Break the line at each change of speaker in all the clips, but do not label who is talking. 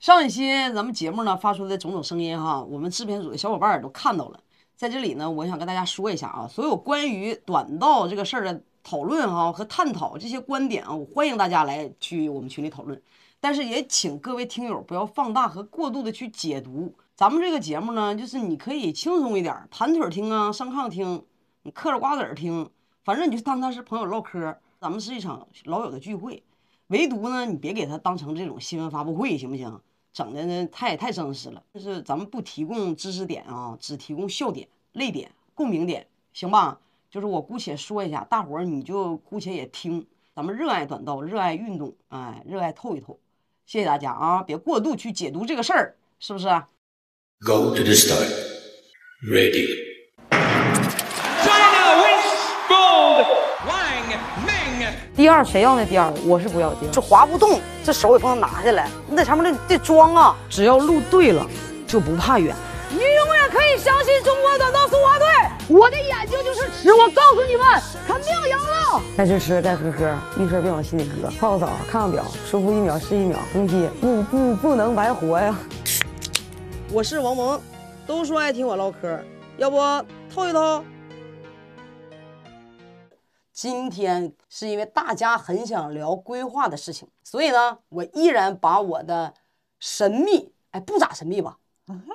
上一些咱们节目呢发出的种种声音哈，我们制片组的小伙伴儿都看到了。在这里呢，我想跟大家说一下啊，所有关于短道这个事儿的讨论哈、和探讨这些观点啊，我欢迎大家来去我们群里讨论。但是也请各位听友不要放大和过度的去解读咱们这个节目呢，就是你可以轻松一点儿，盘腿儿听啊，上炕听，你嗑着瓜子儿听，反正你就当它是朋友唠嗑儿。咱们是一场老友的聚会，唯独呢，你别给它当成这种新闻发布会，行不行？整的呢太太真实了，就是咱们不提供知识点啊，只提供笑点、泪点、共鸣点，行吧？就是我姑且说一下，大伙儿你就姑且也听，咱们热爱短道，热爱运动，哎，热爱透一透。谢谢大家啊，别过度去解读这个事儿，是不啊是？
Go to the start. Ready.
China wins gold. Wang Ming.
第二谁要那第二？我是不要第二。
这滑不动，这手也不能拿下来，你在前面得得装啊。只要路对了，就不怕远。
你永远可以相信中国短道速滑队，我的眼睛就是尺，我告诉你们，肯定赢了。该吃吃，该喝喝，一喝别往心里搁。泡个澡，看看表，舒服一秒是一秒。东西不不嗯不能白活呀。
我是王蒙，都说爱听我唠嗑，要不透一透？今天是因为大家很想聊规划的事情，所以呢，我依然把我的神秘，哎，不咋神秘吧，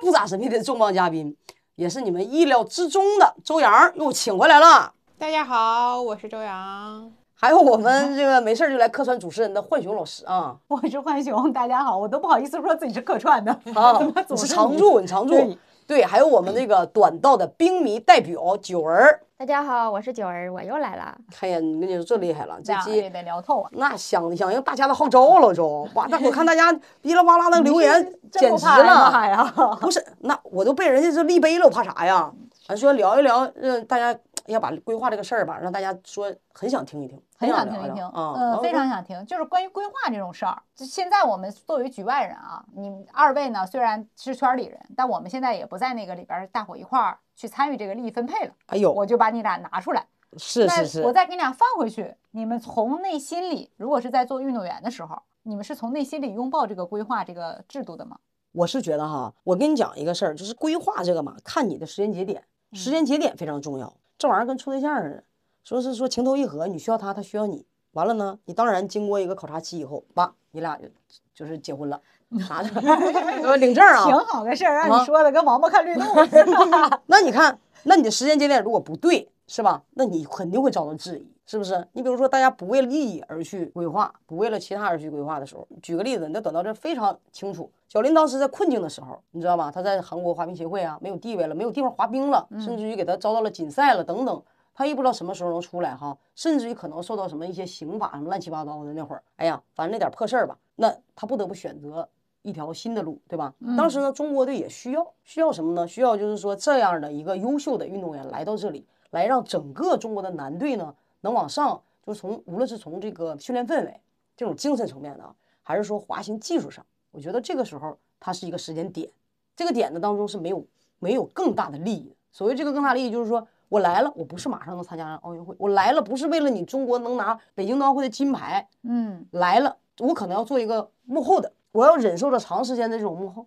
不咋神秘的重磅嘉宾，也是你们意料之中的周洋又请回来了。
大家好，我是周洋。
还有我们这个没事儿就来客串主持人的浣熊老师啊，
我是浣熊，大家好，我都不好意思说自己是客串的，
啊
怎么，总
你是
你
常驻，你常驻
对，
对，还有我们那个短道的冰迷代表九儿，
大家好，我是九儿，我又来了。
哎呀，你跟你说这厉害了，这
俩也
期
得聊透啊。
那响响应大家的号召了都，哇，那我看大家哔啦哇啦的留言简直
啊
了，
呀！
不是，那我都被人家这立碑了，我怕啥呀？咱说聊一聊，让大家要把规划这个事儿吧，让大家说 很想听一听，
很想
聊
听一听，
聊啊，然
嗯，
后
非
说
常想听，就是关于规划这种事儿。就现在我们作为局外人啊，你们二位呢虽然是圈里人，但我们现在也不在那个里边儿大伙一块儿去参与这个利益分配了。
哎呦，
我就把你俩拿出来，
是是
那我
是，
再给你俩放回去。你们从内心里，如果是在做运动员的时候，你们是从内心里拥抱这个规划这个制度的吗？
我是觉得哈，我跟你讲一个事儿，就是规划这个嘛，看你的时间节点，
嗯
时间节点非常重要。这玩意儿跟处对象似的，说是说情投意合，你需要他，他需要你，完了呢，你当然经过一个考察期以后，吧，你俩就就是结 婚了，拿着呃 领证
挺
啊。
好的事儿，让
啊
你说的跟王八看绿豆 似的。
那你看，那你的时间节点如果不对，是吧？那你肯定会遭到质疑，是不是？你比如说，大家不为利益而去规划，不为了其他而去规划的时候，举个例子，你的短道这非常清楚。小林当时在困境的时候，你知道吧？他在韩国滑冰协会啊，没有地位了，没有地方滑冰了，甚至于给他遭到了禁赛了等等。他也不知道什么时候能出来哈，甚至于可能受到什么一些刑罚什么乱七八糟的那会儿，哎呀，反正那点破事儿吧，那他不得不选择一条新的路，对吧？当时呢，中国队也需要需要什么呢？需要就是说这样的一个优秀的运动员来到这里，来让整个中国的男队呢能往上，就是从无论是从这个训练氛围这种精神层面的啊，还是说滑行技术上，我觉得这个时候它是一个时间点，这个点呢当中是没有没有更大的利益的。所谓这个更大利益，就是说我来了，我不是马上能参加奥运会，我来了不是为了你中国能拿北京冬奥会的金牌，
嗯，
来了，我可能要做一个幕后的，我要忍受着长时间的这种幕后，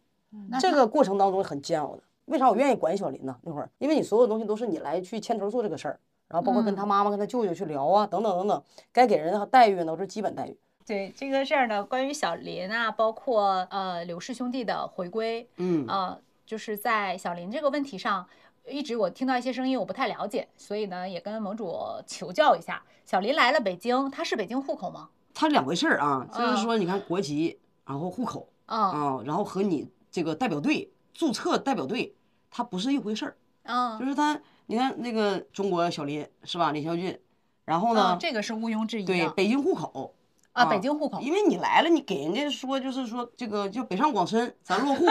这个过程当中很煎熬的。为啥我愿意管小林呢？那会儿，因为你所有东西都是你来去牵头做这个事儿，然后包括跟他妈妈、跟他舅舅去聊啊，等等等等，该给人的待遇呢都是基本待遇。
对这个事儿呢，关于小林啊，包括呃柳氏兄弟的回归，
嗯
呃，就是在小林这个问题上，一直我听到一些声音，我不太了解，所以呢，也跟盟主求教一下。小林来了北京，他是北京户口吗？
它两回事儿啊，就是
嗯
说你看国籍，然后户口
嗯
啊，然后和你这个代表队注册代表队，它不是一回事儿。就
嗯，
是他，你看那个中国小林是吧？李孝俊，然后
嗯
呢，
这个是毋庸置疑
对
的
北京户口，
啊，
啊
北京户口。
因为你来了，你给人家说就是说这个叫北上广深，咱落户，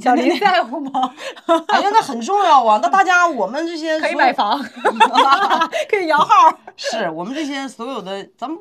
小林在乎吗？
哎呀，那很重要啊。那大家我们 这些
可以
所
买
有，
房， 可以摇号。
是我们这些所有的，咱们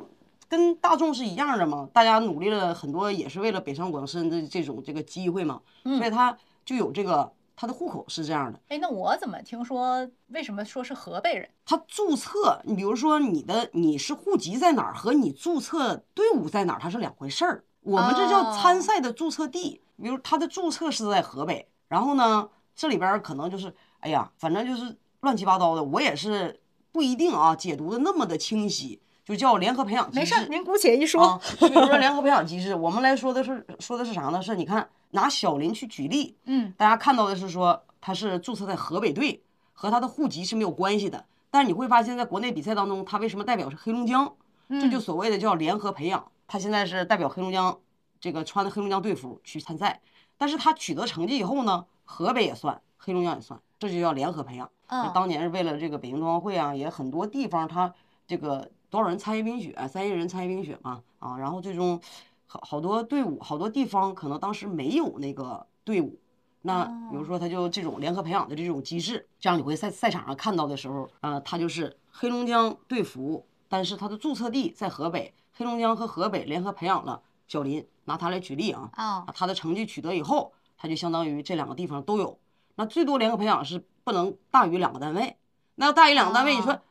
跟大众是一样的嘛，大家努力了很多，也是为了北上广深的这种这个机会嘛，
嗯
所以他就有这个他的户口是这样的。
哎，那我怎么听说？为什么说是河北人？
他注册，你比如说你的你是户籍在哪儿和你注册队伍在哪儿，它是两回事儿。我们这叫参
哦
赛的注册地，比如他的注册是在河北，然后呢，这里边儿可能就是，哎呀，反正就是乱七八糟的，我也是不一定啊，解读的那么的清晰，就叫联合培养机制。
没事儿，您姑且一说。
啊，所以说联合培养机制，我们来说的是说的是啥呢？是你看拿小林去举例，
嗯，
大家看到的是说他是注册在河北队，和他的户籍是没有关系的。但是你会发现在国内比赛当中，他为什么代表是黑龙江？
嗯
这
嗯
就所谓的叫联合培养。他现在是代表黑龙江，这个穿的黑龙江队服去参赛，但是他取得成绩以后呢，河北也算，黑龙江也算，这就叫联合培养。那
嗯，
当年是为了这个北京冬奥会啊，也很多地方他这个多少人参与冰雪，三亿人参与冰雪嘛啊，然后最终好好多队伍，好多地方可能当时没有那个队伍。那比如说，他就这种联合培养的这种机制，这样你会赛赛场上看到的时候，啊，他就是黑龙江队服，但是他的注册地在河北，黑龙江和河北联合培养了小林，拿他来举例啊，
啊，
啊，他的成绩取得以后，他就相当于这两个地方都有。那最多联合培养是不能大于两个单位，那要大于两个单位，你
啊
说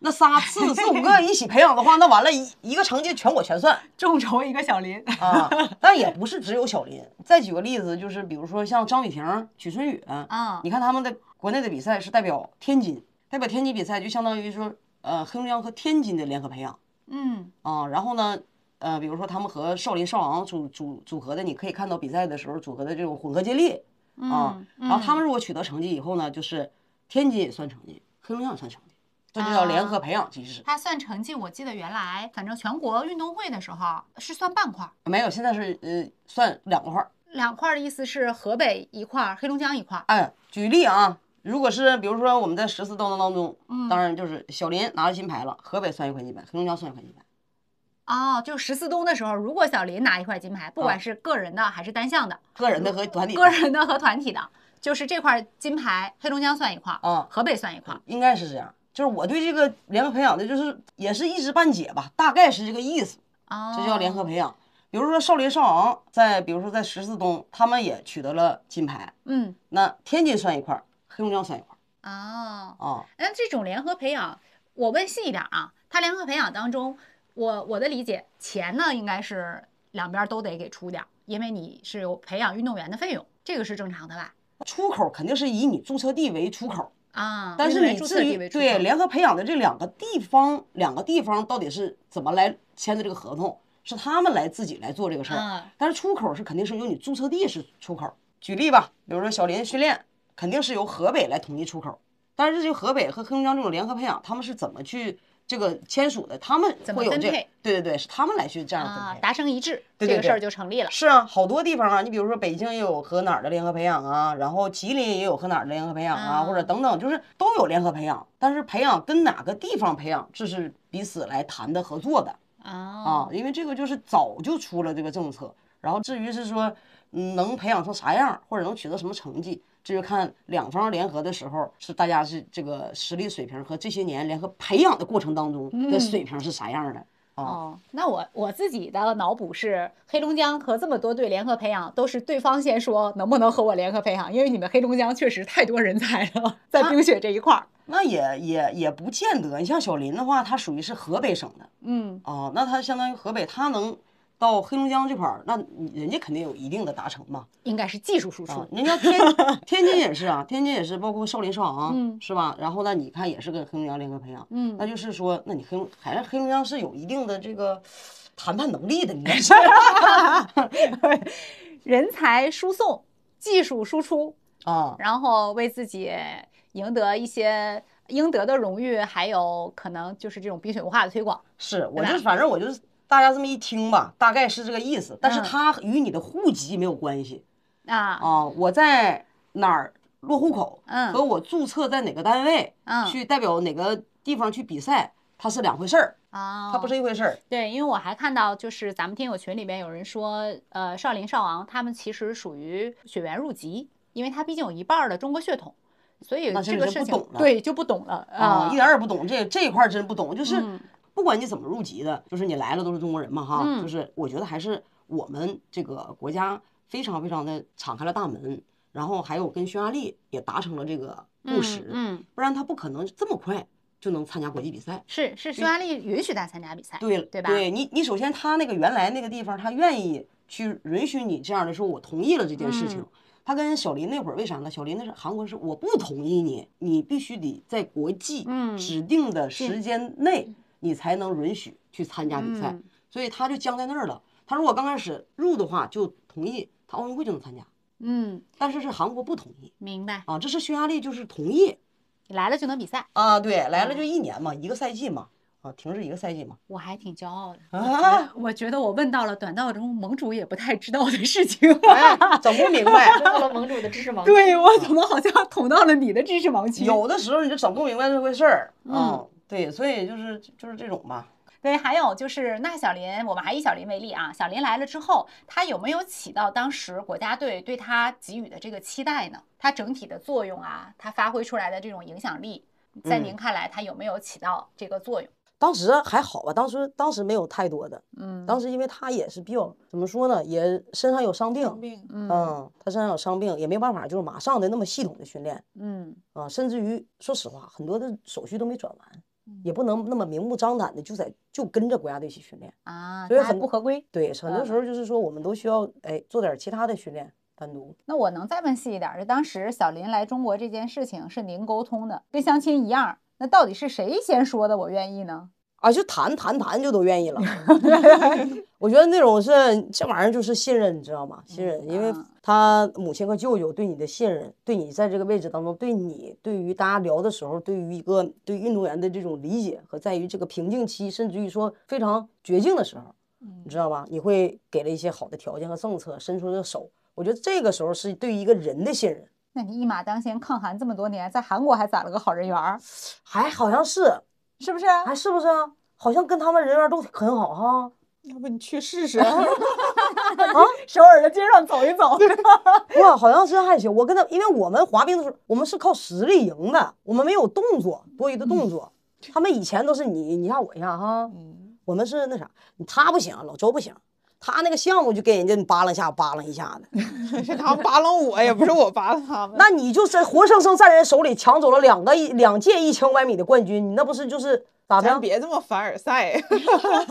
那仨四四五个一起培养的话，那完了一一个成绩全我全算
众筹一个小林，
啊。但也不是只有小林。再举个例子，就是比如说像张雨婷、许春雨，
啊
你看他们的国内的比赛是代表天津，代表天津比赛就相当于说呃黑龙江和天津的联合培养。
嗯
啊，然后呢，呃，比如说他们和少林少昂组组组合的，你可以看到比赛的时候组合的这种混合接力
嗯
啊。然后他们如果取得成绩以后呢，就是天津也算成绩，黑龙江也算成绩，这就叫
啊
联合培养机制。
他算成绩，我记得原来反正全国运动会的时候是算半块儿，
没有，现在是呃算两块儿。
两块儿的意思是河北一块儿，黑龙江一块儿。
哎，举例啊，如果是比如说我们在十四斗争当中，
嗯
当然就是小林拿了金牌了，河北算一块金牌，黑龙江算一块金牌。
哦，就十四冬的时候，如果小林拿一块金牌，不
啊
管是个人的还是单项的，
个人的和团体
个
的
人的和团体的，就是这块金牌，黑龙江算一块儿，
啊
河北算一块儿。
应该是这样，就是我对这个联合培养的，就是也是一知半解吧，大概是这个意思。
哦，
嗯这叫联合培养。比如说少林少昂在，比如说在十四冬，他们也取得了金牌。
嗯，
那天津算一块儿，黑龙江算一块儿
哦，
啊。
那这种联合培养，我问细一点啊，它联合培养当中，我我的理解，钱呢应该是两边都得给出点儿，因为你是有培养运动员的费用，这个是正常的吧？
出口肯定是以你注册地为出口，
啊，
但
运
是
动员
你
注册
至
地
于
为出
对
口
联合培养的这两个地方，两个地方到底是怎么来签的这个合同，是他们来自己来做这个事儿。
啊，
但是出口是肯定是由你注册地是出口。举例吧，比如说小林训练，肯定是由河北来统一出口。但是这就河北和黑龙江这种联合培养，他们是怎么去这个签署的？他们
怎么
会有这
分配
对对对，是他们来去这样
啊
分，配。
达成一致，
对
这
对
个
对
事儿就成立了。
是啊，好多地方啊，你比如说北京也有和哪儿的联合培养啊，然后吉林也有和哪儿的联合培养啊，
啊
或者等等，就是都有联合培养。但是培养跟哪个地方培养，这是彼此来谈的合作的。啊
啊，，
因为这个就是早就出了这个政策，然后至于是说嗯能培养成啥样儿，或者能取得什么成绩，这就看两方联合的时候是大家是这个实力水平和这些年联合培养的过程当中
嗯
的水平是啥样儿的。
哦，那我我自己的脑补是，黑龙江和这么多队联合培养，都是对方先说能不能和我联合培养，因为你们黑龙江确实太多人才了，在
啊
冰雪这一块儿。
那也也也不见得，你像小林的话，他属于是河北省的
嗯，
啊，那他相当于河北，他能到黑龙江这块儿，那人家肯定有一定的达成嘛。
应该是技术输
啊
出，。
人家天天津也是啊，天津也是，包括少林 少昂，
嗯
是吧？然后呢，你看也是跟黑龙江联合培养，
嗯
那就是说，那你黑龙还是黑龙江是有一定的这个谈判能 力的，应该是
啊人才输送、技术输出，
啊。
然后为自己赢得一些应得的荣誉，还有可能就是这种冰雪文化的推广。
是，我
对吧
就是反正我就是大家这么一听吧，大概是这个意思。但是
嗯
它与你的户籍没有关系
啊，
啊。我在哪儿落户口，
嗯
和我注册在哪个单位，
嗯
去代表哪个地方去比赛，它是两回事儿，
啊，
它不是一回事儿。
对，因为我还看到，就是咱们听友群里边有人说，呃，少林少昂他们其实属于血缘入籍，因为他毕竟有一半儿的中国血统，所以
那这
这
个
个
就
事
不
情
懂了
对就不懂了
啊
啊，，
一点儿也不懂这这一块儿真不懂，就是
嗯
不管你怎么入籍的，就是你来了都是中国人嘛哈，
嗯
就是我觉得还是我们这个国家非常非常的敞开了大门，然后还有跟匈牙利也达成了这个共识，
嗯，嗯
不然他不可能这么快就能参加国际比赛。
是是匈牙利允许他参加比赛，
对了
对吧
对你，你首先他那个原来那个地方，他愿意去允许你这样的时候，我同意了这件事情。
嗯
他跟小林那会儿为啥呢？小林那是韩国是我不同意你，你必须得在国际
嗯
指定的时间内，你才能允许去参加比赛。
嗯
所以他就僵在那儿了。他如果刚开始入的话，就同意他奥运会就能参加，
嗯，
但是是韩国不同意
明白，
啊，这是匈牙利就是同意
你来了就能比赛，
啊，对，来了就一年嘛，一个赛季嘛，啊，停止一个赛 季嘛，
我还挺骄傲的。
啊，
我觉得我问到了短道中盟主也不太知道的事 情，
哎，整不明 白。
知道了盟主的知识盲区
对我怎么好像捅到了你的知识盲区？
有的时候你就整不明白这回事儿啊、对，所以就是就是这种吧。
对，还有就是那小林，我们还以小林为例啊，小林来了之后，他有没有起到当时国家队对他给予的这个期待呢？他整体的作用啊，他发挥出来的这种影响力，在
嗯
您看来，他有没有起到这个作用？
当时还好吧，当时当时没有太多的，
嗯
当时因为他也是比较怎么说呢，也身上有伤病，
生病，
嗯，他身上有伤病，也没办法，就是马上的那么系统的训练
嗯
啊，甚至于说实话，很多的手续都没转完，也不能那么明目张胆的就在就跟着国家队一起训练。
啊，
所以
他还
很
不合规。
对，很多时候就是说，我们都需要哎做点其他的训练，单独。
那我能再问细一点儿，就当时小林来中国这件事情是您沟通的，跟相亲一样，那到底是谁先说的我愿意呢？
啊，就谈谈谈就都愿意了。我觉得那种是这玩意儿就是信任，你知道吗？信任，因为
啊
他母亲和舅舅对你的信任，对你在这个位置当中，对你对于大家聊的时候，对于一个对运动员的这种理解和在于这个瓶颈期，甚至于说非常绝境的时候，你知道吧？你会给了一些好的条件和政策，伸出了手。我觉得这个时候是对于一个人的信任。
那你一马当先抗韩这么多年，在韩国还攒了个好人缘儿，
还好像是，
是不是？
还是不是啊？好像跟他们人缘都很好哈。
要不你去 试试？
首尔的街上走一走。
哇，好像是还行。我跟他，因为我们滑冰的时候，我们是靠实力赢的，我们没有动作，多余的动作。他们以前都是你你一下我一下哈，
嗯，
我们是那啥，他不行，老周不行，他那个项目就给人家扒拉一下扒拉一下的，
是他们扒拉我，也不是我扒拉他们。
那你就是活生生在人手里抢走了两个一两届一千五百米的冠军，你那不是就是咋的
咱？别这么凡尔赛，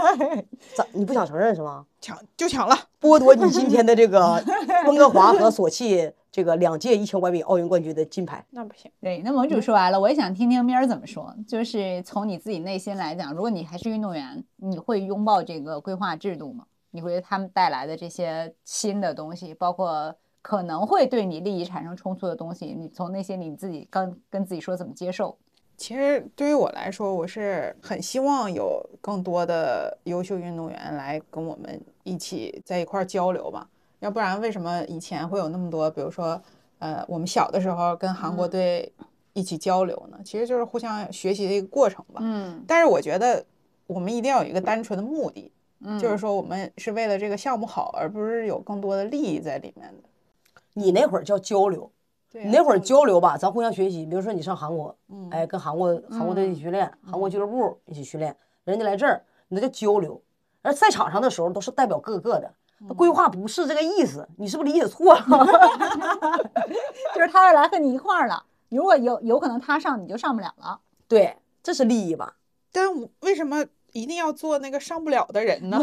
咋你不想承认是吗？
抢就抢了。
剥夺你今天的这个 温哥华和索契这个两届一千五百米奥运冠军的金牌。
那不行，
对，那
嗯
盟主说完了，我也想听听咪儿怎么说。就是从你自己内心来讲，如果你还是运动员，你会拥抱这个规划制度吗？你会他们带来的这些新的东西，包括可能会对你利益产生冲突的东西，你从那些你自己刚跟自己说怎么接受？
其实对于我来说，我是很希望有更多的优秀运动员来跟我们一起在一块儿交流吧。要不然为什么以前会有那么多，比如说，呃，我们小的时候跟韩国队一起交流呢？其实就是互相学习的一个过程吧。
嗯
但是我觉得我们一定要有一个单纯的目的，
嗯
就是说我们是为了这个项目好，而不是有更多的利益在里面的。
你那会儿叫交流，
对啊嗯
你那会儿交流吧，咱互相学习。比如说你上韩国，哎，跟韩国韩国队一起训练，韩国俱乐部一起训练，人家来这儿，你那叫交流。而赛场上的时候都是代表各个的，那规划不是这个意思，你是不是理解错了？
就是他要来和你一块儿了，如果有有可能他上你就上不了 了。
对，这是利益吧？
但我为什么一定要做那个上不了的人 呢？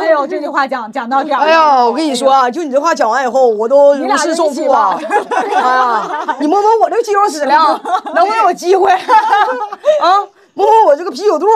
哎呦，这句话讲讲到点儿了。
哎呀，我跟你说啊，就你这话讲完以后，我都
你
如
俩
释
就
重
一起
负 啊！ 哎呀，你摸摸我这个肌肉质量， 能不能有机会 啊？摸摸我这个啤酒肚，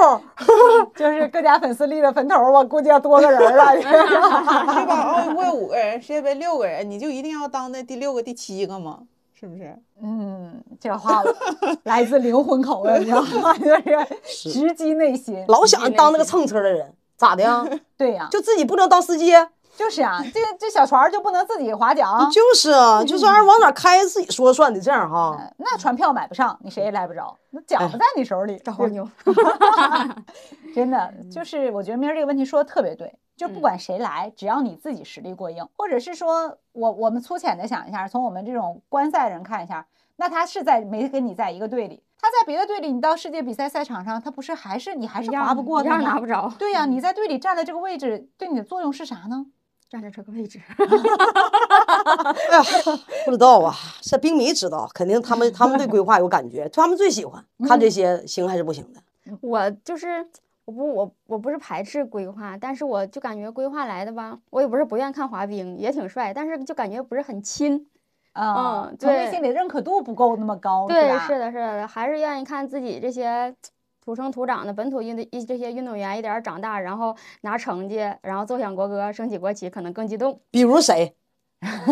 就是各家粉丝立的坟头，我估计要多个人 了。
是吧？哦奥运会五个人，世界杯六个人，你就一定要当那第六个、第七个吗？是不是？
嗯，这话我来自灵魂拷问，你知道吗？就是直击内心，
老
直击
想
内
当那个
心
蹭车的人，咋的呀？
对呀、
就自己不能当司机？
就是啊，这这小船儿就不能自己划桨，
就是啊，就是玩意儿往哪开自己说了算的，这样哈。
嗯
呃那船票买不上，你谁也来不着，那桨不在你手里，
好哎牛， 嗯
真的就是，我觉得明儿这个问题说的特别对，就不管谁来，只要你自己实力过硬，或者是说我我们粗浅的想一下，从我们这种观赛人看一下，那他是在没跟你在一个队里，他在别的队里，你到世界比赛赛场上，他不是还是你还是
一
划
样
不过
哎一
他
样
吗
拿不 嗯着，
对呀、你在队里占了这个位置，对你的作用是啥呢？
站着这个位置，
哎呀，不知道啊，这冰迷知道，肯定他嗯们他们对规划有感觉，他们最喜欢看这些行还是不行的。
我就是我不我我不是排斥规划，但是我就感觉规划来的吧，我也不是不愿看滑冰，也挺帅，但是就感觉不是很亲。
啊，
嗯
从内
对
心里认可度不够那么高，
对，
吧？
哦是的，是的，还是愿意看自己这些土生土长的本土运动一这些运动员一点儿长大，然后拿成绩，然后奏响国歌、升起国旗，可能更激 动。
比如谁？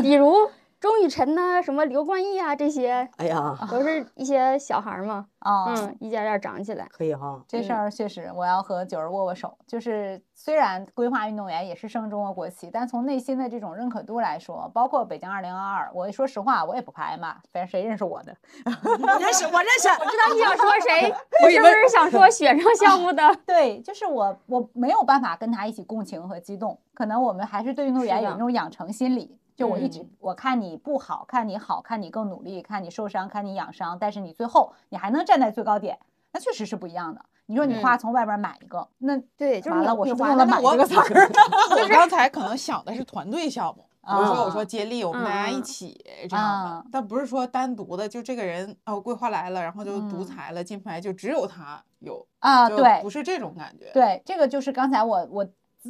比如钟雨辰呐、什么刘冠毅啊，这些
哎呀，
都是一些小孩儿嘛，
啊，
嗯，一点点儿长起来。
可以哈，
这事
嗯
儿确实，我要和九儿握握手。就是虽然规划运动员也是升中国国旗，但从内心的这种认可度来说，包括北京二零二二，我说实话，我也不排嘛，反正谁认识我的？
我认识，我认识，
不知道你想说谁？
我
你
以
是不
为
是想说雪上项目的？
对，就是我，我没有办法跟他一起共情和激动，可能我们还是对运动
是
员有
的
那种养成心理。就我一直
嗯，
我看你不好，看你好，看你更努力，看你受伤，看你养伤，但是你最后你还能站在最高点，那确实是不一样的。你说你花从外边买一个，那
对，嗯就是
完
你
了，我
你
是不
花
用
的
了
那
买
我
这个词儿。啊
我刚才可能想的是团队项目，比如说我说
啊
接力，我们大家
嗯
一
嗯
起这样
啊
的，但不是说单独的，就这个人哦，规划来了，然后就独
嗯
裁了，金牌就只有他有
啊，
就
对
不，是这种感觉。
对，这个就是刚才我我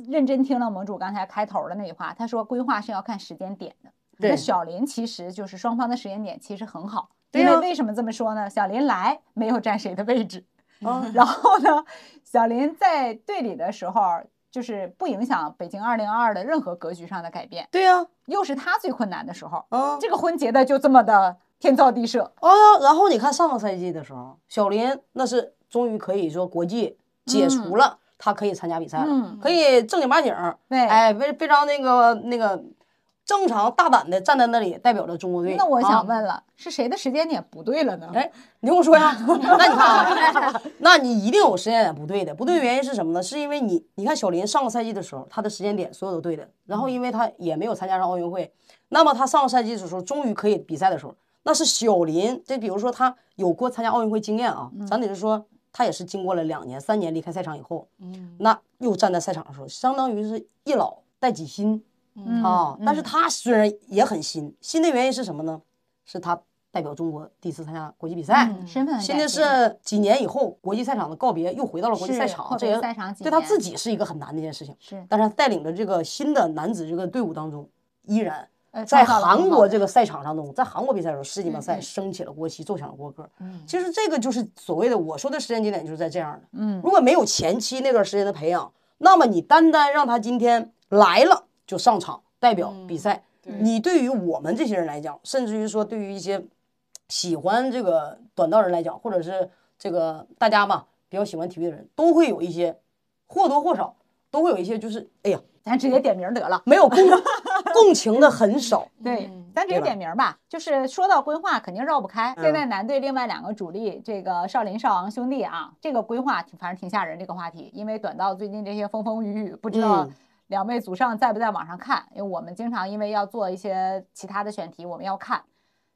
认真听了盟主刚才开头的那句话，他说规划是要看时间点的。那
对
小林其实就是双方的时间点其实很好，
对
因为
呀
为什么这么说呢？小林来没有占谁的位 置，
啊，
然后呢，小林在队里的时候就是不影响北京二零二的任何格局上的改变，
对呀，
又是他最困难的时候，
哦
啊
这个婚结的就这么的天造地设，
啊，然后你看上个赛季的时候，小林那是终于可以说国际解除了，他可以参加比赛了，
嗯
可以正经八经儿，
对
啊哎，非非常那个那个正常大胆的站在那里代表着中国队。
那我想
啊
问了，是谁的时间点不对了呢？
哎，你听我说呀， 那你看 啊，那你一定有时间点不对的，不对的原因是什么呢？是因为你，你看小林上个赛季的时候，他的时间点所有都对的，然后因为他也没有参加上奥运会，那么他上个赛季的时候，终于可以比赛的时候，那是小林，这比如说他有过参加奥运会经验啊，咱得是说他也是经过了两年、三年离开赛场以后，
嗯
那又站在赛场的时候，相当于是一老带几新，
嗯
啊，但是他虽然也很新，新的原因是什么呢？是他代表中国第一次参加国际比赛，
嗯身份很
现
改
哎在
变
是几年以后国际赛场的告别，又回到了国际赛
是
场
阔，
这
别
也
赛场几
对他
年
自己是一个很难的一件事情。
是
但是他带领着这个新的男子这个队伍当中，依然
呃
在
创造了很
韩
好
国
的
这个赛场当中，在韩国比赛的时候，世锦标赛
嗯
升起了国旗，奏响了国歌。
嗯
其实这个就是所谓的我说的时间节点，就是在这样的。
嗯
如果没有前期那段时间的培养，那么你单单让他今天来了就上场代表比赛，
对
你对于我们这些人来讲，甚至于说对于一些喜欢这个短道人来讲，或者是这个大家嘛比较喜欢体育的人，都会有一些或多或少都会有一些就是哎呀
咱直接点名儿得了。
没有共共情的很少，
对
嗯，
咱直接
嗯对吧
点名儿吧。就是说到规划，肯定绕不开。现
嗯
在男队另外两个主力，这个少林、少昂兄弟啊，这个规划挺，反正挺吓人。这个话题，因为短道最近这些风风雨雨，不知道
嗯
两位祖上在不在网上看？因为我们经常因为要做一些其他的选题，我们要看，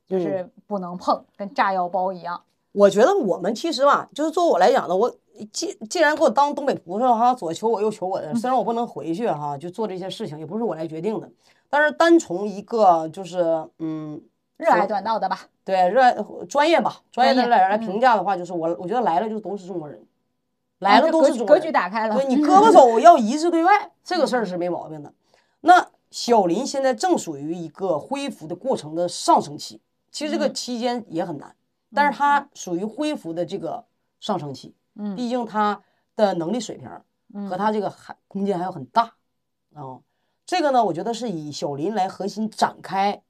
嗯
就是不能碰，跟炸药包一样。
我觉得我们其实吧，就是作为我来讲呢，我既既然给我当东北菩萨哈，左求我右求我
嗯
的，虽然我不能回去哈，就做这些事情也不是我来决定的，但是单从一个就是嗯，
热爱
说
短道的吧，
对热爱专业吧，专业的
专业
来来
嗯
评价的话，就是我我觉得来了就都是中国人，
啊
来了
这
都
格
是
局
中国
格
人
局打开了。
对你 胳膊肘要一致对外，这个事儿是没毛病的。那小林现在正属于一个恢复的过程的上升期，其实这
嗯
个期间也很难，但是他属于恢复的这个上升期，
嗯
毕竟他的能力水平儿和他这个还空间还有很大啊、这个呢，我觉得是以小林来核心展开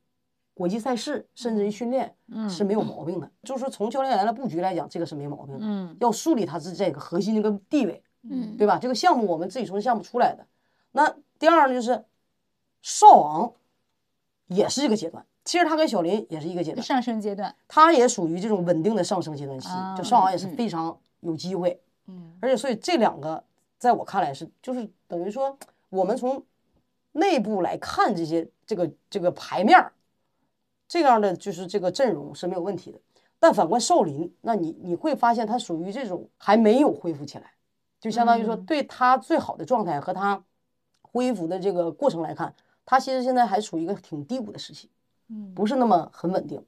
国际赛事，甚至于训练
嗯
是没有毛病的。就是说从教练员的布局来讲，这个是没毛病的。
嗯
要树立他自己这个核心这个地位，
嗯
对吧？这个项目我们自己从项目出来的。那第二呢，就是少昂也是这个阶段，其实他跟小林也是一个阶段，
上升阶段，
他也属于这种稳定的上升阶段期，
啊
就少昂也是
嗯嗯
非常有机会，
嗯
而且所以这两个在我看来是就是等于说我们从内部来看这些这个这个牌面儿，这样的就是这个阵容是没有问题的。但反观少林，那你你会发现他属于这种还没有恢复起来，就相当于说
嗯
对他最好的状态和他恢复的这个过程来看，他其实现在还处于一个挺低谷的时期，
嗯
嗯
不是那么很稳定，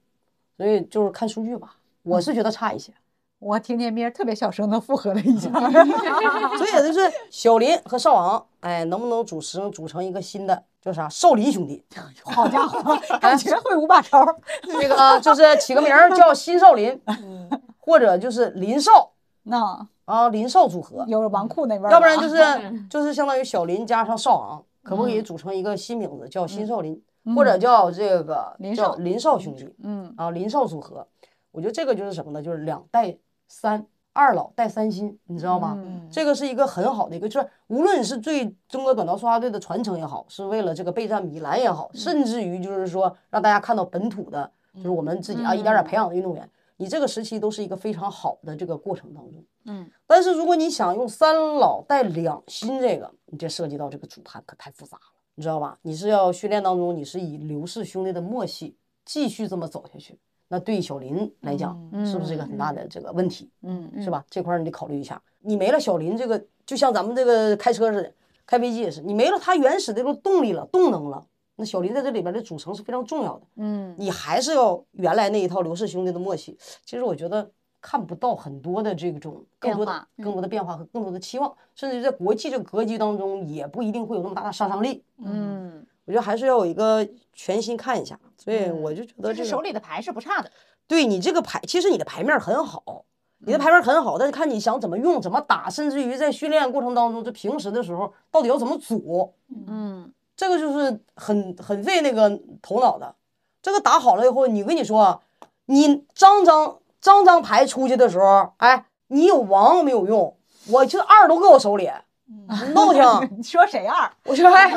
所以就是看数据吧，我是觉得差一些。
我听见别人特别小声的附和了一下，嗯
所以就是小林和少昂，哎，能不能组成组成一个新的叫啥少林兄弟？
好 家伙，感觉会五把招儿。
这个啊就是起个名儿叫新少林，
嗯
或者就是林少
那
啊，林少组合，
有纨绔那味儿了啊，
要不然就是就是相当于小林加上少昂，可不可
嗯
以组成一个新名字叫新少林，或者叫这个
林
叫
少
林少兄弟
嗯
啊，林少组合？我觉得这个就是什么呢？就是两带三，二老带三新，你知道吗？
嗯
这个是一个很好的一个，就是无论是对中国短道速滑队的传承也好，是为了这个备战米兰也好，甚至于就是说让大家看到本土的，就是我们自己啊一点点培养的运动员，你这个时期都是一个非常好的这个过程当中。
嗯，
但是如果你想用三老带两新这个，你这涉及到这个组盘可太复杂了，你知道吧？你是要训练当中你是以刘氏兄弟的默契继续这么走下去，那对小林来讲、是不是一个很大的这个问题？
嗯
是吧？这块儿你得考虑一下。你没了小林这个，就像咱们这个开车似的，开飞机也是，你没了他原始的这种动力了、动能了，那小林在这里边的组成是非常重要的。
嗯，
你还是要原来那一套刘氏兄弟的默契。其实我觉得看不到很多的这种更多
变
的
化、嗯
更多的变化和更多的期望，甚至在国际这个格局当中，也不一定会有那么大的杀伤力。
嗯，
我觉得还是要有一个全新看一下，所以我就觉
嗯
得
就是
这个
手里的牌是不差的，
对你这个牌，其实你的牌面儿很好，你的牌面儿很好，但是看你想怎么用、怎么打，甚至于在训练过程当中，就平时的时候到底要怎么组，
嗯，
这个就是很很费那个头脑的。这个打好了以后，你跟你说啊，你张张张张牌出去的时候，哎，你有王没有用，我就二都搁我手里，
嗯
你 闹挺。
你说谁二？
我说哎，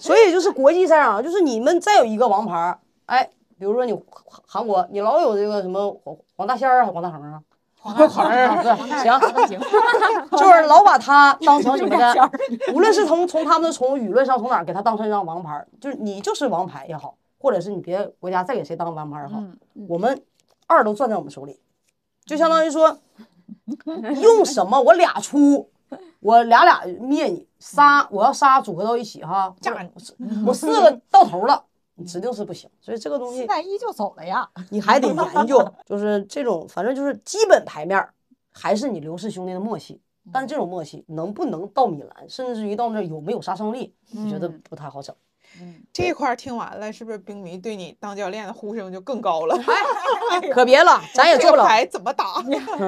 所以就是国际赛场，就是你们再有一个王牌儿，哎，比如说你韩韩国，你老有这个什么黄黄大仙儿啊，黄大恒啊，黄大恒
啊
儿，对
嗯
行， 就是老把他当成你们的，无论是从从他们的从舆论上从哪儿给他当成一张王牌儿，就是你就是王牌也好，或者是你别的国家再给谁当王牌儿也
嗯
好，我们二都攥在我们手里，就相当于说，用什么我俩出。我俩俩灭你，仨我要仨组合到一起哈，
炸你！
我四个到头了，你指定是不行。所以这个东西
现在依旧走了呀。
你还得研 究，就是这种反正就是基本牌面儿，还是你刘氏兄弟的默契。
嗯
但是这种默契能不能到米兰，甚至于到那儿有没有杀伤力，我觉得
嗯
不太好整。
嗯
这块儿听完了，是不是冰迷对你当教练的呼声就更高 了？
可别了，咱也做
哎这
不
个
了，
牌怎么打？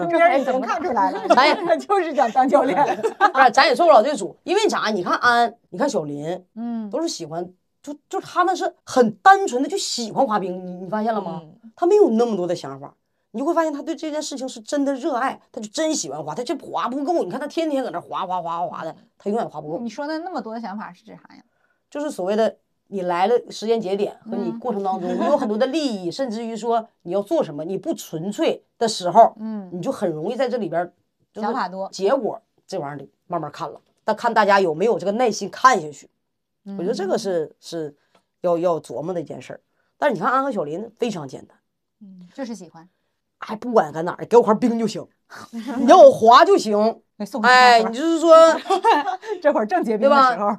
这边已经看出来哎 了，
咱也
他就是想当教练。
啊，咱也做不了这组，因为啥？你看安，你看小林，
嗯，
都是喜欢，就就他们是很单纯的就喜欢滑冰，你你发现了吗？
嗯
他没有那么多的想法，你就会发现他对这件事情是真的热爱，他就真喜欢滑，他这滑不够，你看他天天搁那滑滑滑滑滑
嗯
的，他永远滑不够
你。说的那么多的想法是指啥呀？
就是所谓的你来了时间节点和你
嗯
过程当中，你有很多的利益，甚至于说你要做什么，你不纯粹的时候，
嗯，
你就很容易在这里边儿就是
想法多
结果这玩意儿得慢慢看了，但看大家有没有这个耐心看下去。我觉得
嗯
这个是是要要琢磨的一件事儿。但是你看安和小林非常简单，
就是喜欢。
哎，不管搁哪儿，给我块冰就 行，你让我滑就行。
哎，送
哎，你就是说
这会儿正结冰
对吧
的时候，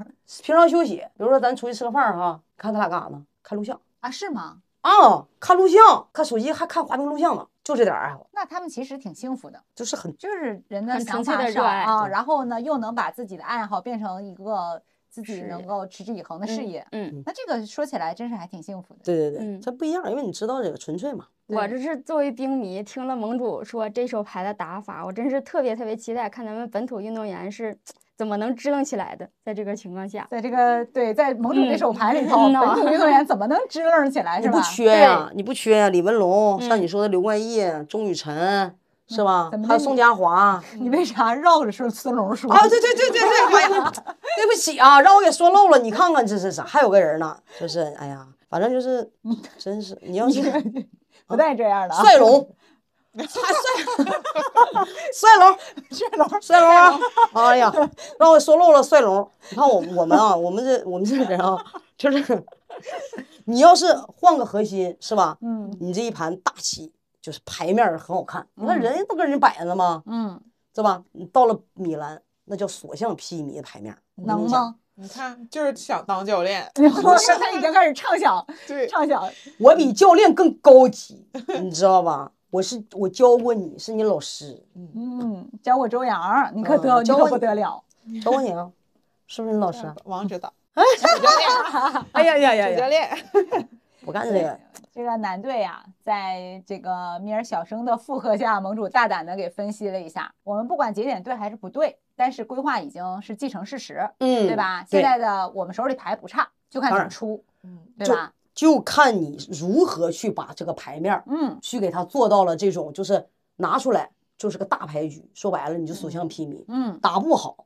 平常休息，比如说咱出去吃个饭儿哈，看他俩干啥呢？看录像
啊，是吗？
啊，看录像，看手机，还看滑冰录像呢，就这点儿爱好，
那他们其实挺幸福的。
就是很
就是人的
很
想
纯粹
法
的热
少
爱
啊，然后呢又能把自己的爱好变成一个自己
事
能
业
够持之以恒 的事
嗯
业，
嗯，
那这个说起来真是还挺幸福的。
对对对，
嗯
这不一样，因为你知道这个纯粹嘛。
我这是作为冰迷，听了盟主说这手牌的打法，我真是特别特别期待，看咱们本土运动员是怎么能支棱起来的。在这个情况下，
在这个对，在盟主这
嗯
手牌里头，
嗯呐
本土运动员怎么能支棱起来
你
哎是
不
吧？嗯
缺呀、你不缺呀、李文龙，像你说的刘冠毅、钟雨辰，是吧
怎？么
还有
的
宋
你
家华。
你为啥绕着说孙龙说？
啊，对对对对对，哎呀，对不起啊，让我给说漏了。你看看这是啥？还有个人呢，就是哎呀，反正就是，真是你要是
不带这样的啊！
帅龙， 帅帅龙，
帅龙，
帅龙啊！哎呀，让我说漏了帅龙。你看我我们啊，我 们这我们这人啊，就是你要是换个核心是吧？
嗯
你这一盘大棋就是牌面儿很好看。你看人家不跟人摆了吗？
嗯，
是吧？你到了米兰，那叫所向披靡的牌面儿，我跟
能
你讲？
吗？
你看，就是想当教练，
我现在已经开始畅想，
对，
嗯
畅想，
我比教练更高级，你知道吧？我是我教过你，是你老师，
嗯，教过周洋，你可得、
嗯
你
教
可
过
不
你
得了，
教过你啊，是不是你老师啊？
嗯王指导，
哎呀呀
主教！练，
不干这个，
这个男队呀、在这个米尔小生的附和下，盟主大胆的给分析了一下。我们不管节点对还是不对，但是规划已经是既成事实，
嗯，
对？吧？
对
现在的我们手里牌不差，就看
当
怎
然
么出，
嗯，
对
就
吧？
就看你如何去把这个牌面儿
嗯，
去给它做到了这种，就是拿出来就是个大牌局，说白了你就所向披靡，
嗯，
打不好，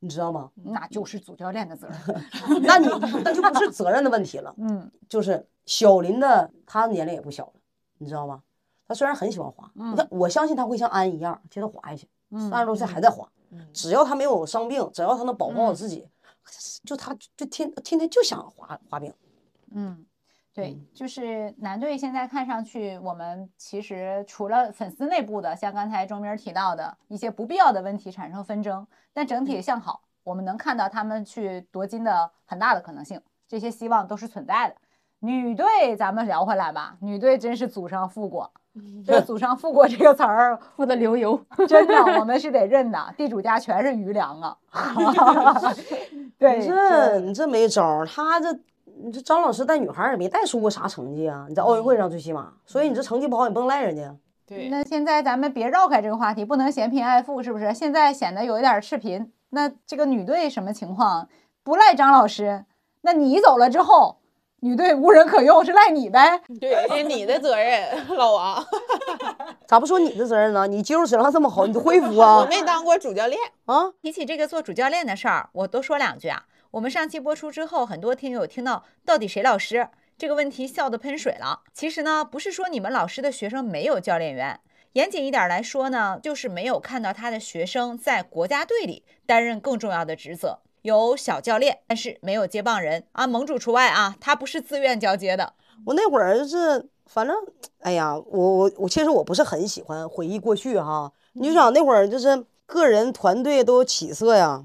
你知道吗？
那就是主教练的责任。
那你那就不是责任的问题了，
嗯
就是小林的他年龄也不小了，你知道吗？他虽然很喜欢滑，
嗯
你看我相信他会像安一样接着滑下去，三十多岁还在滑，
嗯
只要他没有伤病，只要他能保
嗯
护好自己，就他就天天天就想滑滑冰，
嗯，对，就是男队现在看上去，我们其实除了粉丝内部的，像刚才钟明儿提到的一些不必要的问题产生纷争，但整体向好，我们能看到他们去夺金的很大的可能性，这些希望都是存在的。女队，咱们聊回来吧。女队真是祖上富国，这“祖上富国”这个词儿，
富得流油。
真的我们是得认的。地主家全是余粮啊， 对，
你
这
这你这没招儿，他这你这张老师带女孩儿也没带出过啥成绩啊，你在奥运会上最起码，所以你这成绩不好你不能赖人家。
对，
那现在咱们别绕开这个话题，不能嫌贫爱富，是不是？现在显得有一点儿赤贫。那这个女队什么情况？不赖张老师，那你走了之后，女队无人可用，是赖你呗？
对，这是你的责任，老王，
咋不说你的责任呢？你肌肉质量这么好，你就恢复啊
我没当过主教练，
啊！
提起这个做主教练的事儿，我多说两句啊。我们上期播出之后，很多听友听到到底谁老师这个问题，笑得喷水了。其实呢，不是说你们老师的学生没有教练员，严谨一点来说呢，就是没有看到他的学生在国家队里担任更重要的职责，有小教练，但是没有接棒人啊，盟主除外啊，他不是自愿交接的。
我那会儿就是，反正，哎呀，我我我，其实我不是很喜欢回忆过去哈。你就想那会儿就是个人团队都有起色呀，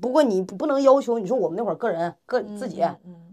不过你不能要求你说我们那会儿个人个
嗯
自己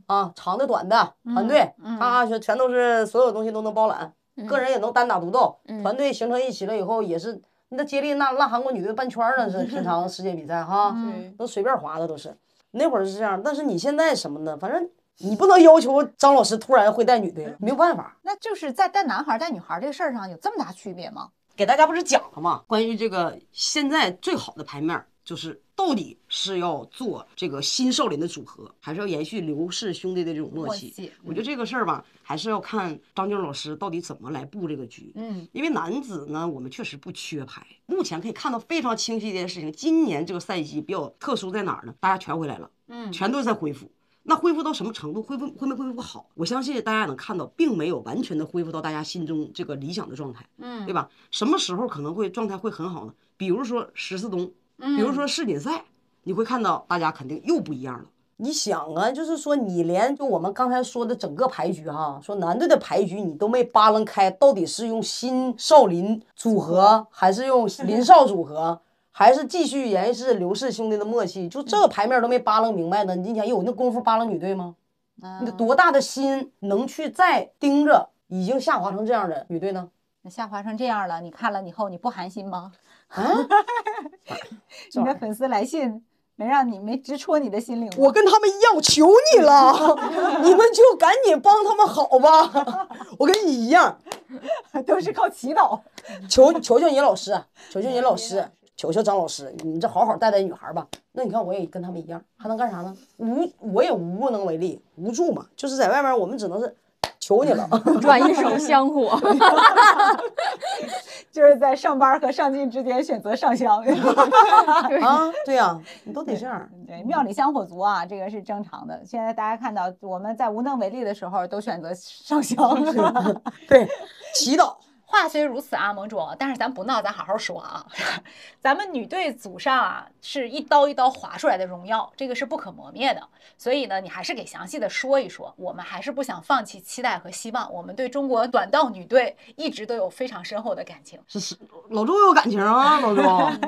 啊，长的短的团队，他全全都是所有东西都能包揽，个人也能单打独斗，团队形成一起了以后也是那接力那那韩国女队半圈儿呢，是平常世界比赛哈。
对，
都随便划的都是。那会儿是这样，但是你现在什么呢？反正你不能要求张老师突然会带女队了，没有办法。
那就是在带男孩儿带女孩儿这个事儿上有这么大区别吗？
给大家不是讲了吗？关于这个现在最好的牌面儿，就是到底是要做这个新少林的组合，还是要延续刘氏兄弟的这种默契？我觉得这个事儿吧，还是要看张静老师到底怎么来布这个局。
嗯，
因为男子呢，我们确实不缺牌。目前可以看到非常清晰一件事情，今年这个赛季比较特殊在哪儿呢？大家全回来了，嗯，全都是在恢复。那恢复到什么程度？恢复恢没恢复好？我相信大家也能看到，并没有完全的恢复到大家心中这个理想的状态，嗯，对吧？什么时候可能会状态会很好呢？比如说十四冬，比如说世锦赛，你会看到大家肯定又不一样了。你想啊，就是说你连就我们刚才说的整个牌局哈，说男队的牌局你都没扒楞开，到底是用新少林组合，还是用林少组合，还是继续延续刘氏兄弟的默契？就这个牌面都没扒楞明白呢，你想有那功夫扒楞女队吗？你得多大的心能去再盯着已经下滑成这样的女队呢？
那下滑成这样了，你看了以后你不寒心吗？
啊，
你的粉丝来信没让你没直戳你的心灵吗？
我跟他们一样，我求你了， 你们就赶紧帮他们好吧， 我跟你一样。
都是靠祈祷。
求求求你老师，求求你老师，求求张老师，你这好好带带女孩吧。那你看我也跟他们一样，还能干啥呢？无我也无能为力，无助嘛，就是在外面我们只能是求你 了。
转一手香火，
就是在上班和上进之间选择上香。
啊，对呀、你都得这样。
对，庙里香火足啊，这个是正常的。现在大家看到我们在无能为力的时候，都选择上香，是吧？
对，祈祷。
话虽如此啊，盟主，但是咱不闹，咱好好说啊。 咱们女队祖上啊，是一刀一刀划出来的荣耀，这个是不可磨灭的。所以呢，你还是给详细的说一说，我们还是不想放弃期待和希望。我们对中国短道女队一直都有非常深厚的感情。
是是，老周有感情啊，老周，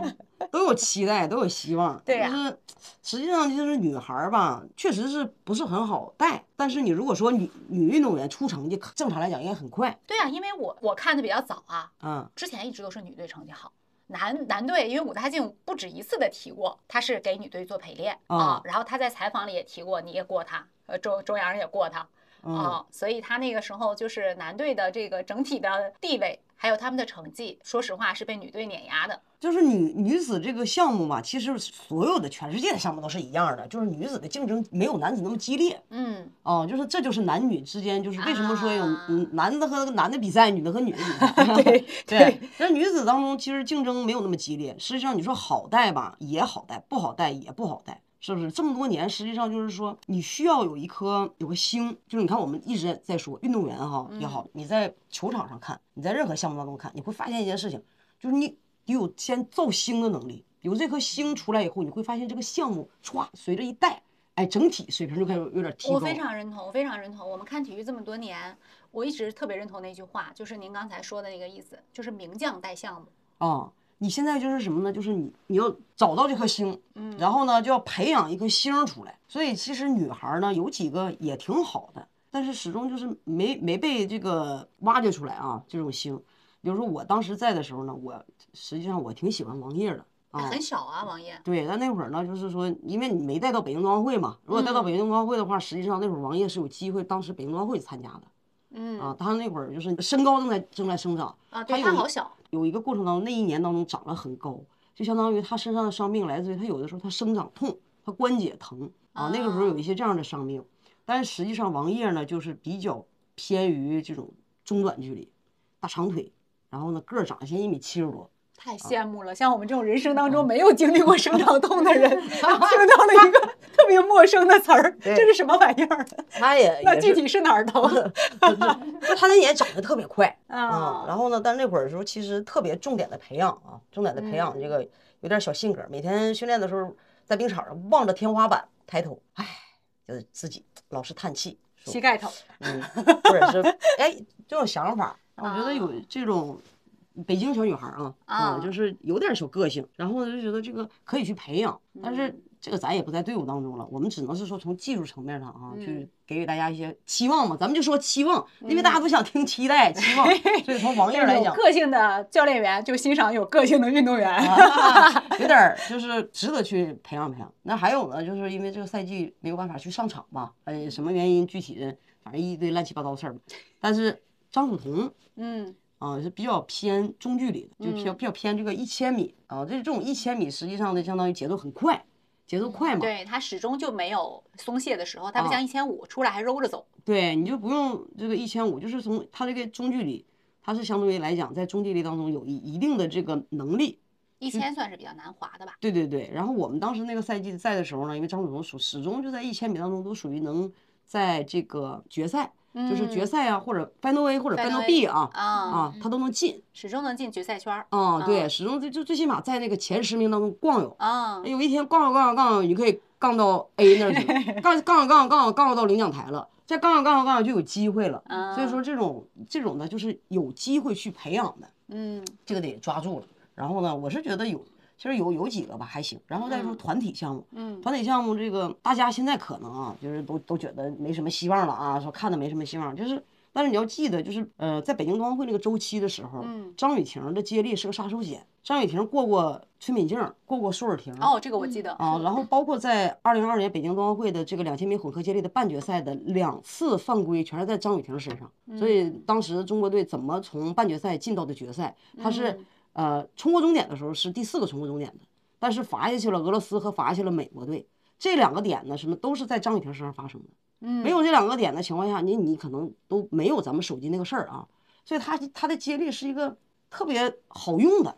都有期待，都有希望。
对呀
就是实际上就是女孩儿吧，确实是不是很好带。但是你如果说女女运动员出成绩，正常来讲应该很快
对啊，因为我我看的比较早啊，
啊。
之前一直都是女队成绩好。男男队，因为武大靖不止一次的提过，他是给女队做陪练
哦
啊，然后他在采访里也提过，你也过他，呃，周周洋也过他
嗯
啊，所以他那个时候就是男队的这个整体的地位，还有他们的成绩，说实话是被女队碾压的。
就是女女子这个项目吧，其实所有的全世界的项目都是一样的，就是女子的竞争没有男子那么激烈
嗯，
啊、就是这就是男女之间，就是为什么说有
啊
嗯男的和男的比赛，女的和女的比赛。
对
对，那女子当中其实竞争没有那么激烈。实际上你说好带吧，也好带；不好带也不好带，是不是？这么多年，实际上就是说你需要有一颗有个星，就是你看我们一直在说运动员哈
嗯
也好，你在球场上看，你在任何项目当中看，你会发现一件事情，就是你你有先造星的能力，有这颗星出来以后，你会发现这个项目歘随着一带，哎，整体水平就开始有点提高。
我非常认同，我非常认同。我们看体育这么多年，我一直特别认同那句话，就是您刚才说的那个意思，就是名将带项目。
啊，你现在就是什么呢？就是你你要找到这颗星，
嗯
然后呢就要培养一颗星儿出来。所以其实女孩儿呢有几个也挺好的，但是始终就是没没被这个挖掘出来啊这种星。比如说我当时在的时候呢，我实际上我挺喜欢王叶儿的
哎
啊。
很少啊，王爷。
对，但那会儿呢，就是说，因为你没带到北京冬奥会嘛，如果带到
嗯
北京冬奥会的话，实际上那会儿王叶是有机会，当时北京冬奥会参加的
嗯
啊。他那会儿就是身高正在正在生长，
啊，对
还
他
有
好
一嗯
小。
有一个过程当中，那一年当中长得很高，就相当于他身上的伤病来自于他有的时候他生长痛，他关节疼啊，那个时候有一些这样的伤病。但是实际上王叶呢，就是比较偏于这种中短距离，大长腿，然后呢个儿长得现在一米七十多，
太羡慕了！像我们这种人生当
嗯
中没有经历过生长痛 的人，听到了一个特别陌生的词儿，
对
这是什么玩意儿？
他 也
那 具体是哪儿疼？
就他那也长得特别快啊。
哦
然后呢，但那会儿的时候其实特别重点的培养啊，重点的培养这个有点小性格，每天训练的时候在冰场上望着天花板抬头，唉，就是自己老是叹气，说
膝盖疼。
嗯，或者 是哎这种想法，我觉得
哦
有这种北京小女孩儿啊啊，
啊
就是有点小个性，然后呢就觉得这个可以去培养，
嗯
但是这个咱也不在队伍当中了，我们只能是说从技术层面上啊，
嗯
去给予大家一些期望嘛，咱们就说期望，因为大家都想听期待、期 望，所以从王爷来
有
讲。
个性的教练员就欣赏有个性的运动员。
啊，有点儿就是值得去培养培养。那还有呢，就是因为这个赛季没有办法去上场吧，呃，什么原因具体的，反正一堆乱七八糟的事儿吧。但是张楚彤，
嗯
啊，是比较偏中距离的，就比较比较偏这个一千米啊。这这种一千米实际上呢，相当于节奏很快，节奏快嘛。
对他始终就没有松懈的时候，他
啊
不像一千五出来还揉着走。
对，你就不用这个一千五，就是从它这个中距离，它是相对于来讲，在中距离当中有一一定的这个能力。
一千算是比较难滑的吧？
对对对，然后我们当时那个赛季赛的时候呢，因为张楚彤属始终就在一千米当中都属于能在这个决赛，就是决
嗯
赛啊，或者 Final A 或者
Final
Final
A
B 啊
啊
嗯
啊，他都能进
始终能进决赛圈儿。
啊，对，
啊
始终就就最起码在那个前十名当中逛悠。
啊，
有一天杠着杠着杠着，你可以杠到 A 那儿去，杠杠着杠着杠着杠着到领奖台了，再杠着杠着杠着就有机会了。
嗯
嗯
所以说这种这种呢，就是有机会去培养的，
嗯
这个得抓住了。然后呢，我是觉得有，其实有有几个吧还行。然后再说团体项目，
嗯
团体项目这个大家现在可能啊，就是都都觉得没什么希望了啊，说看的没什么希望，就是。但是你要记得，就是呃，在北京冬奥会那个周期的时候，
嗯
张雨婷的接力是个杀手锏。张雨婷过过崔敏静，过过舒尔婷，
哦，这个我记得。
啊，然后包括在二零二年北京冬奥会的这个两千米混合接力的半决赛的两次犯规，全是在张雨婷身上。所以当时中国队怎么从半决赛进到的决赛？他是
嗯
呃冲过终点的时候是第四个冲过终点的，但是罚下去了俄罗斯和罚下去了美国队。这两个点呢，什么都是在张雨婷身上发生的。
嗯
没有这两个点的情况下，你你可能都没有咱们手机那个事儿啊。所以他他的接力是一个特别好用的，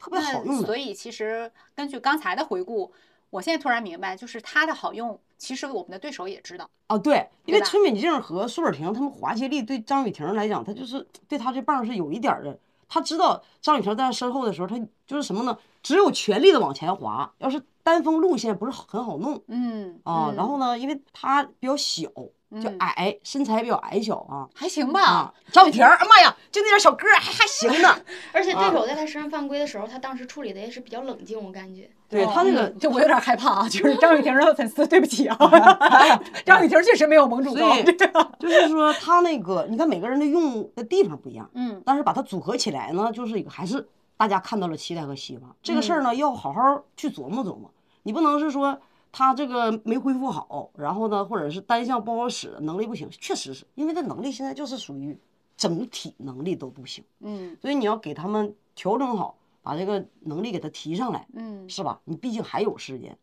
特别
那
好用的
所。以其实根据刚才的回顾，我现在突然明白，就是它的好用，其实我们的对手也知道。
哦，对，因
对
为
吧
崔敏静和苏尔婷他们滑接力对张雨婷来讲，她就是对她这棒儿是有一点儿的。她知道张雨婷在她身后的时候，她就是什么呢？只有全力的往前滑，要是单峰路线不是很好弄
嗯
啊。然
嗯
后呢，因为她比较小，就矮，身材比较矮小啊。
还行
啊
吧。，
张雨婷儿，哎妈呀，就那点小个儿啊还还行 呢。
而且
啊
对手在他身上犯规的时候，他当时处理的也是比较冷静，我感觉。
对
哦
他那
嗯
个，
这我有点害怕啊，就是张雨婷的粉丝，对不起啊， 张雨婷确实没有盟主
嗯所
高啊
以，就是说他那个，你看每个人的用的地方不一样，
嗯，
但是把它组合起来呢，就是一个还是大家看到了期待和希望。这个事儿
嗯
呢，要好好去琢磨琢磨，你不能是说他这个没恢复好，然后呢，或者是单项不好使，能力不行，确实是因为他能力现在就是属于整体能力都不行，
嗯
所以你要给他们调整好，把这个能力给他提上来，
嗯
是吧？你毕竟还有时间。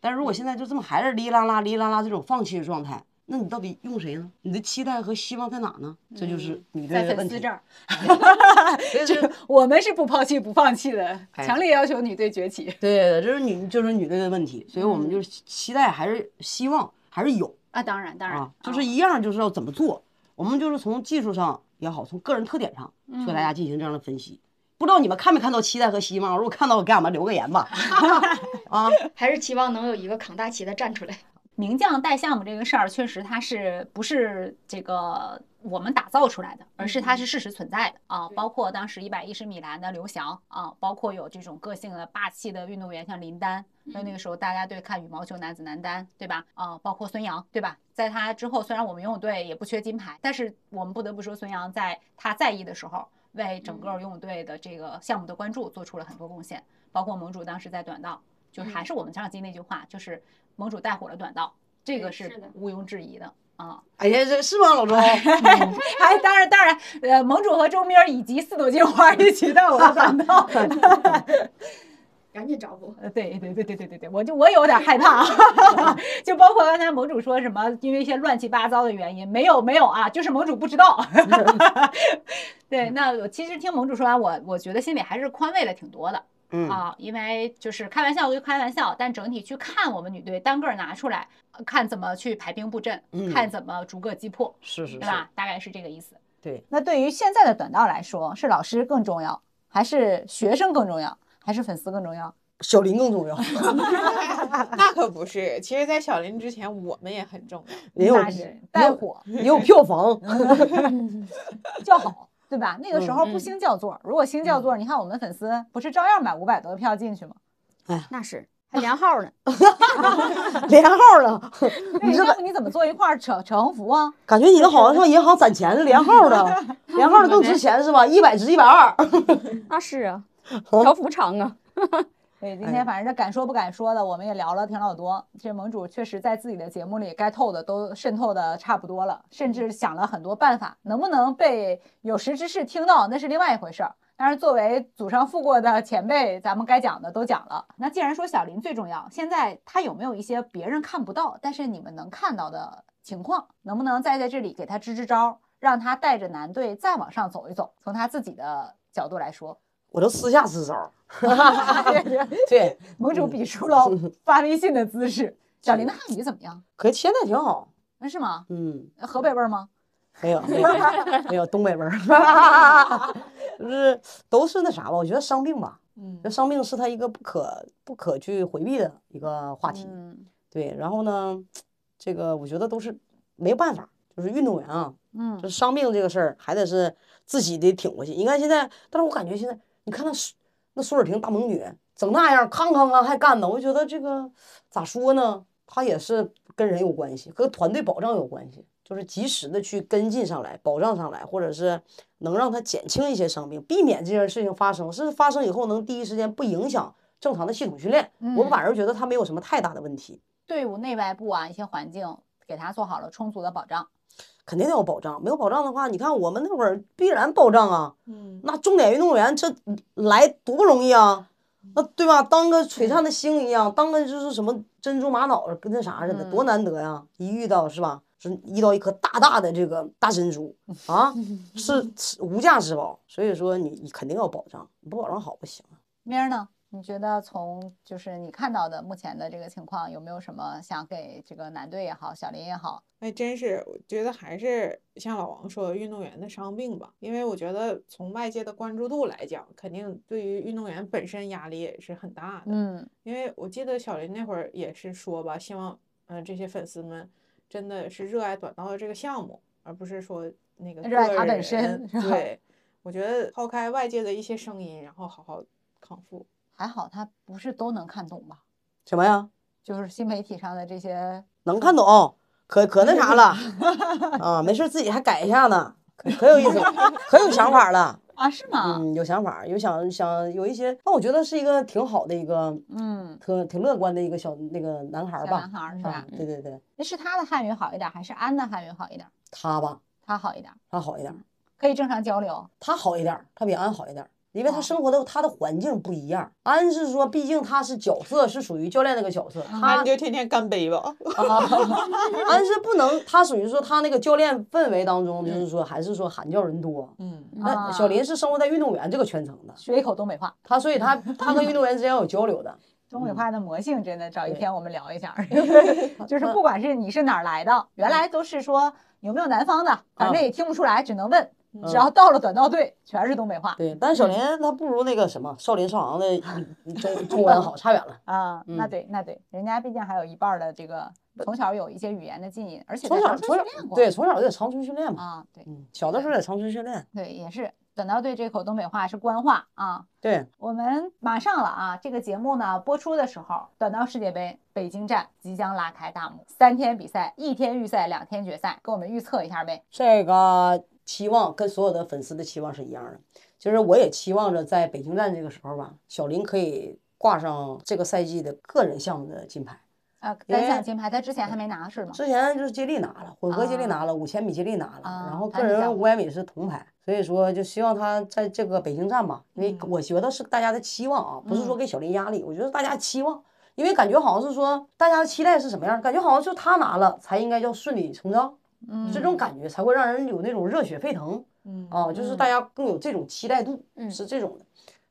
但
嗯
如果现在就这么还是哩啦啦哩啦啦这种放弃的状态，那你到底用谁呢？你的期待和希望在哪呢？这就是你
嗯在
的问
粉
题
丝。这儿，这个我们是不抛弃不放弃的，
哎
强烈要求女队崛起。
对对对，这是女就是女队的问题，所以我们就是期待还是希望还是有
啊，当然当然
啊，，就是一样就是要怎么做，我们就是从技术上也好，从个人特点上
嗯
去给大家进行这样的分析。不知道你们看没看到期待和希望？如果看到，给俺们留个言吧。啊，
还是期望能有一个扛大旗的站出来。
名将带项目这个事儿，确实它是不是这个我们打造出来的，而是它是事实存在的啊。包括当时一百一十米栏的刘翔啊，包括有这种个性的霸气的运动员，像林丹，那那个时候大家对看羽毛球男子男单，对吧？啊，包括孙杨，对吧？在他之后，虽然我们游泳队也不缺金牌，但是我们不得不说，孙杨在他在役的时候，为整个游泳队的这个项目的关注做出了很多贡献，包括盟主当时在短道。就是
嗯
还是我们上期那句话，就是盟主带火了短道，这个
对是
是
的
毋庸置疑 的啊。
哎呀，这是吗，老周？
哎，当然当然，呃，盟主和周边儿以及四朵金花一起带火了短 道。
赶紧找补。
呃，对对对对对对对，我就我有点害 怕 啊，就包括刚才盟主说什么，因为一些乱七八糟的原因，没有没有啊，就是盟主不 知道。 对，那我其实听盟主说完，我我觉得心里还是宽慰了挺多的。
嗯，
啊，因为就是开玩笑归开玩笑，但整体去看我们女队单个儿拿出来，呃看怎么去排兵布阵，
嗯
看怎么逐个击破，
是是
对
是，
吧？大概是这个意思。
对，
那对于现在的短道来说，是老师更重要，还是学生更重要，还是粉丝更重要？
小林更重要。
那可不是，其实，在小林之前，我们也很重要。
也有
那是带火
也有票房，
叫好，对吧？那个
嗯
时候不兴叫座儿，如果兴叫座儿，你看我们粉丝不是照样买五百多的票进去吗？
那是还连号呢。
连号了。
那你要不你怎么坐一块儿扯扯横幅啊？
感觉你们好像上银行攒钱是连号的，连号的更值钱是吧？一百值一百二。
那是啊，条幅长啊。
对，今
哎
天反正这敢说不敢说的，我们也聊了挺老多。这盟主确实在自己的节目里该透的都渗透的差不多了，甚至想了很多办法，能不能被有识之士听到那是另外一回事儿。但是作为祖上富过的前辈，咱们该讲的都讲了。那既然说小林最重要，现在他有没有一些别人看不到，但是你们能看到的情况，能不能再在这里给他支支招儿，让他带着男队再往上走一走？从他自己的角度来说，
我都私下支招。对，
盟主比 出了发微信的姿势。小林的汉语怎么样？
可现在挺好。
嗯，是吗？
嗯，
河北味儿吗？
没有没有没有东北味儿， 就是都是那啥吧？我觉得伤病吧，
嗯
这伤病是他一个不可不可去回避的一个话题。
嗯
对，然后呢，这个我觉得都是没有办法，就是运动员啊，
嗯
就，是伤病这个事儿，还得是自己得挺过去。你看现在，但是我感觉现在，你看那苏那苏尔平大萌女整那样，康康康还干呢，我就觉得这个咋说呢？她也是跟人有关系，和团队保障有关系，就是及时的去跟进上来，保障上来，或者是能让她减轻一些伤病，避免这件事情发生，是发生以后能第一时间不影响正常的系统训练。我
嗯
反而觉得她没有什么太大的问题。
队伍内外部啊，一些环境给他做好了充足的保障。
肯定得有保障，没有保障的话，你看我们那会儿必然保障啊，
嗯，
那重点运动员这来多不容易啊，
嗯
那对吧？当个璀璨的星一样，当个就是什么珍珠玛瑙跟那啥似的，
嗯
多难得呀、一遇到是吧？是遇到一颗大大的这个大珍 珠啊，是是无价之宝。所以说你你肯定要保障，你不保障好不行。啊
明儿呢？你觉得从就是你看到的目前的这个情况，有没有什么想给这个男队也好，小林也好，
还真是，我觉得还是像老王说的，运动员的伤病吧。因为我觉得从外界的关注度来讲，肯定对于运动员本身压力也是很大的。
嗯
因为我记得小林那会儿也是说吧，希望嗯、呃这些粉丝们真的是热爱短道的这个项目，而不是说那个
热爱
个
它本
人
身是吧
对，我觉得抛开外界的一些声音，然后好好康复。
还好他不是都能看懂吧？
什么呀？
就是新媒体上的这些，
能看懂，可可那啥 了啊！没事儿自己还改一下呢，可可有意思，可有想法了。
啊，是吗？
嗯，有想法儿，有想想有一些，那我觉得是一个挺好的一个，
嗯，
挺挺乐观的一个小那个男孩儿
小
吧
男，孩儿是吧
啊？，
嗯
对对对，
那是他的汉语好一点儿，还是安的汉语好一点儿？
他吧，
他好一点儿，
他好一
嗯
点儿，
可以正常交流。
他好一点儿，他比安好一点儿，因为他
哦
生活的他的环境不一样。安是说，毕竟他是角色，是属于教练那个角
哦
色，
那
啊
他
你就天天干杯吧。
安是不能，他属于说他那个教练氛围当中，
嗯
就是说还是说韩教人多。
哦
嗯，
那小林是生活在运动员这个圈层的，
学一口东北话，
他所以 他他跟运动员之间有交流的，
东北话的魔性真的，找一
嗯对
天我们聊一下儿。 就是不管是你是哪儿来的，原来都是说有没有南方的，反
嗯
正也听不出来，只能问。只要到了短道队，全是东北话
对。但是小林他不如那个什么少林少昂的中中文好，差远 了。
啊。
嗯
那对，那对，人家毕竟还有一半儿的这个从小有一些语言的浸淫，而且在
从小
长春
从
训
小
练过。
对从小就得长春训练嘛，
啊，对
嗯，小的时候得长春训练。
对，也是短道队这口东北话是官话啊。
对，
我们马上了啊！这个节目呢播出的时候，短道世界杯北京站即将拉开大幕，三天比赛，一天预赛，两天决赛，给我们预测一下呗。
这个期望跟所有的粉丝的期望是一样的，就是我也期望着在北京站这个时候吧，小林可以挂上这个赛季的个人项目的金牌。
啊，
因
单
为
项金牌他之前还没拿是吗？
之前就是接力拿了，混合接力拿了，五千米接力拿了，
啊
然后
还
个
是
人
想
五百米是铜牌，所以说就希望他在这个北京站吧，因为我觉得是大家的期望啊，不是说给小林压力，我觉得大家期望，因为感觉好像是说大家的期待是什么样，感觉好像就他拿了才应该叫顺理成章，
嗯
这种感觉才会让人有那种热血沸腾，
嗯
哦
啊，就是大家更有这种期待度，
嗯
是这种的，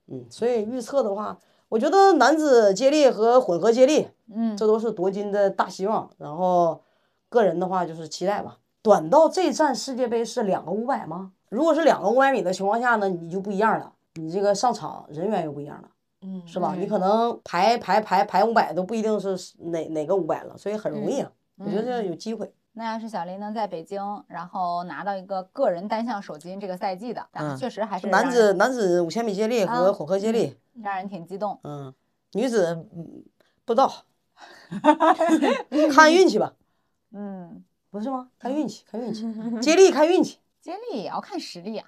嗯，所以预测的话，我觉得男子接力和混合接力，
嗯
这都是夺金的大希望。然后个人的话就是期待吧。短道这一站世界杯是两个五百吗？如果是两个五百米的情况下呢，你就不一样了，你这个上场人员又不一样了，
嗯，
是吧？你可能排排排排五百都不一定是哪哪个五百了，所以很容易啊。我觉得有机会，
那要是小林能在北京，然后拿到一个个人单项首金，这个赛季的，
嗯
确实还是
男
让
子
人
男子五千米接力
啊
和混合接力，
让人挺激动。
哦嗯，女子嗯不知道， 看运气吧，
嗯，
不是吗？看运气，看运气，接力看运气。
接力也要看实力啊，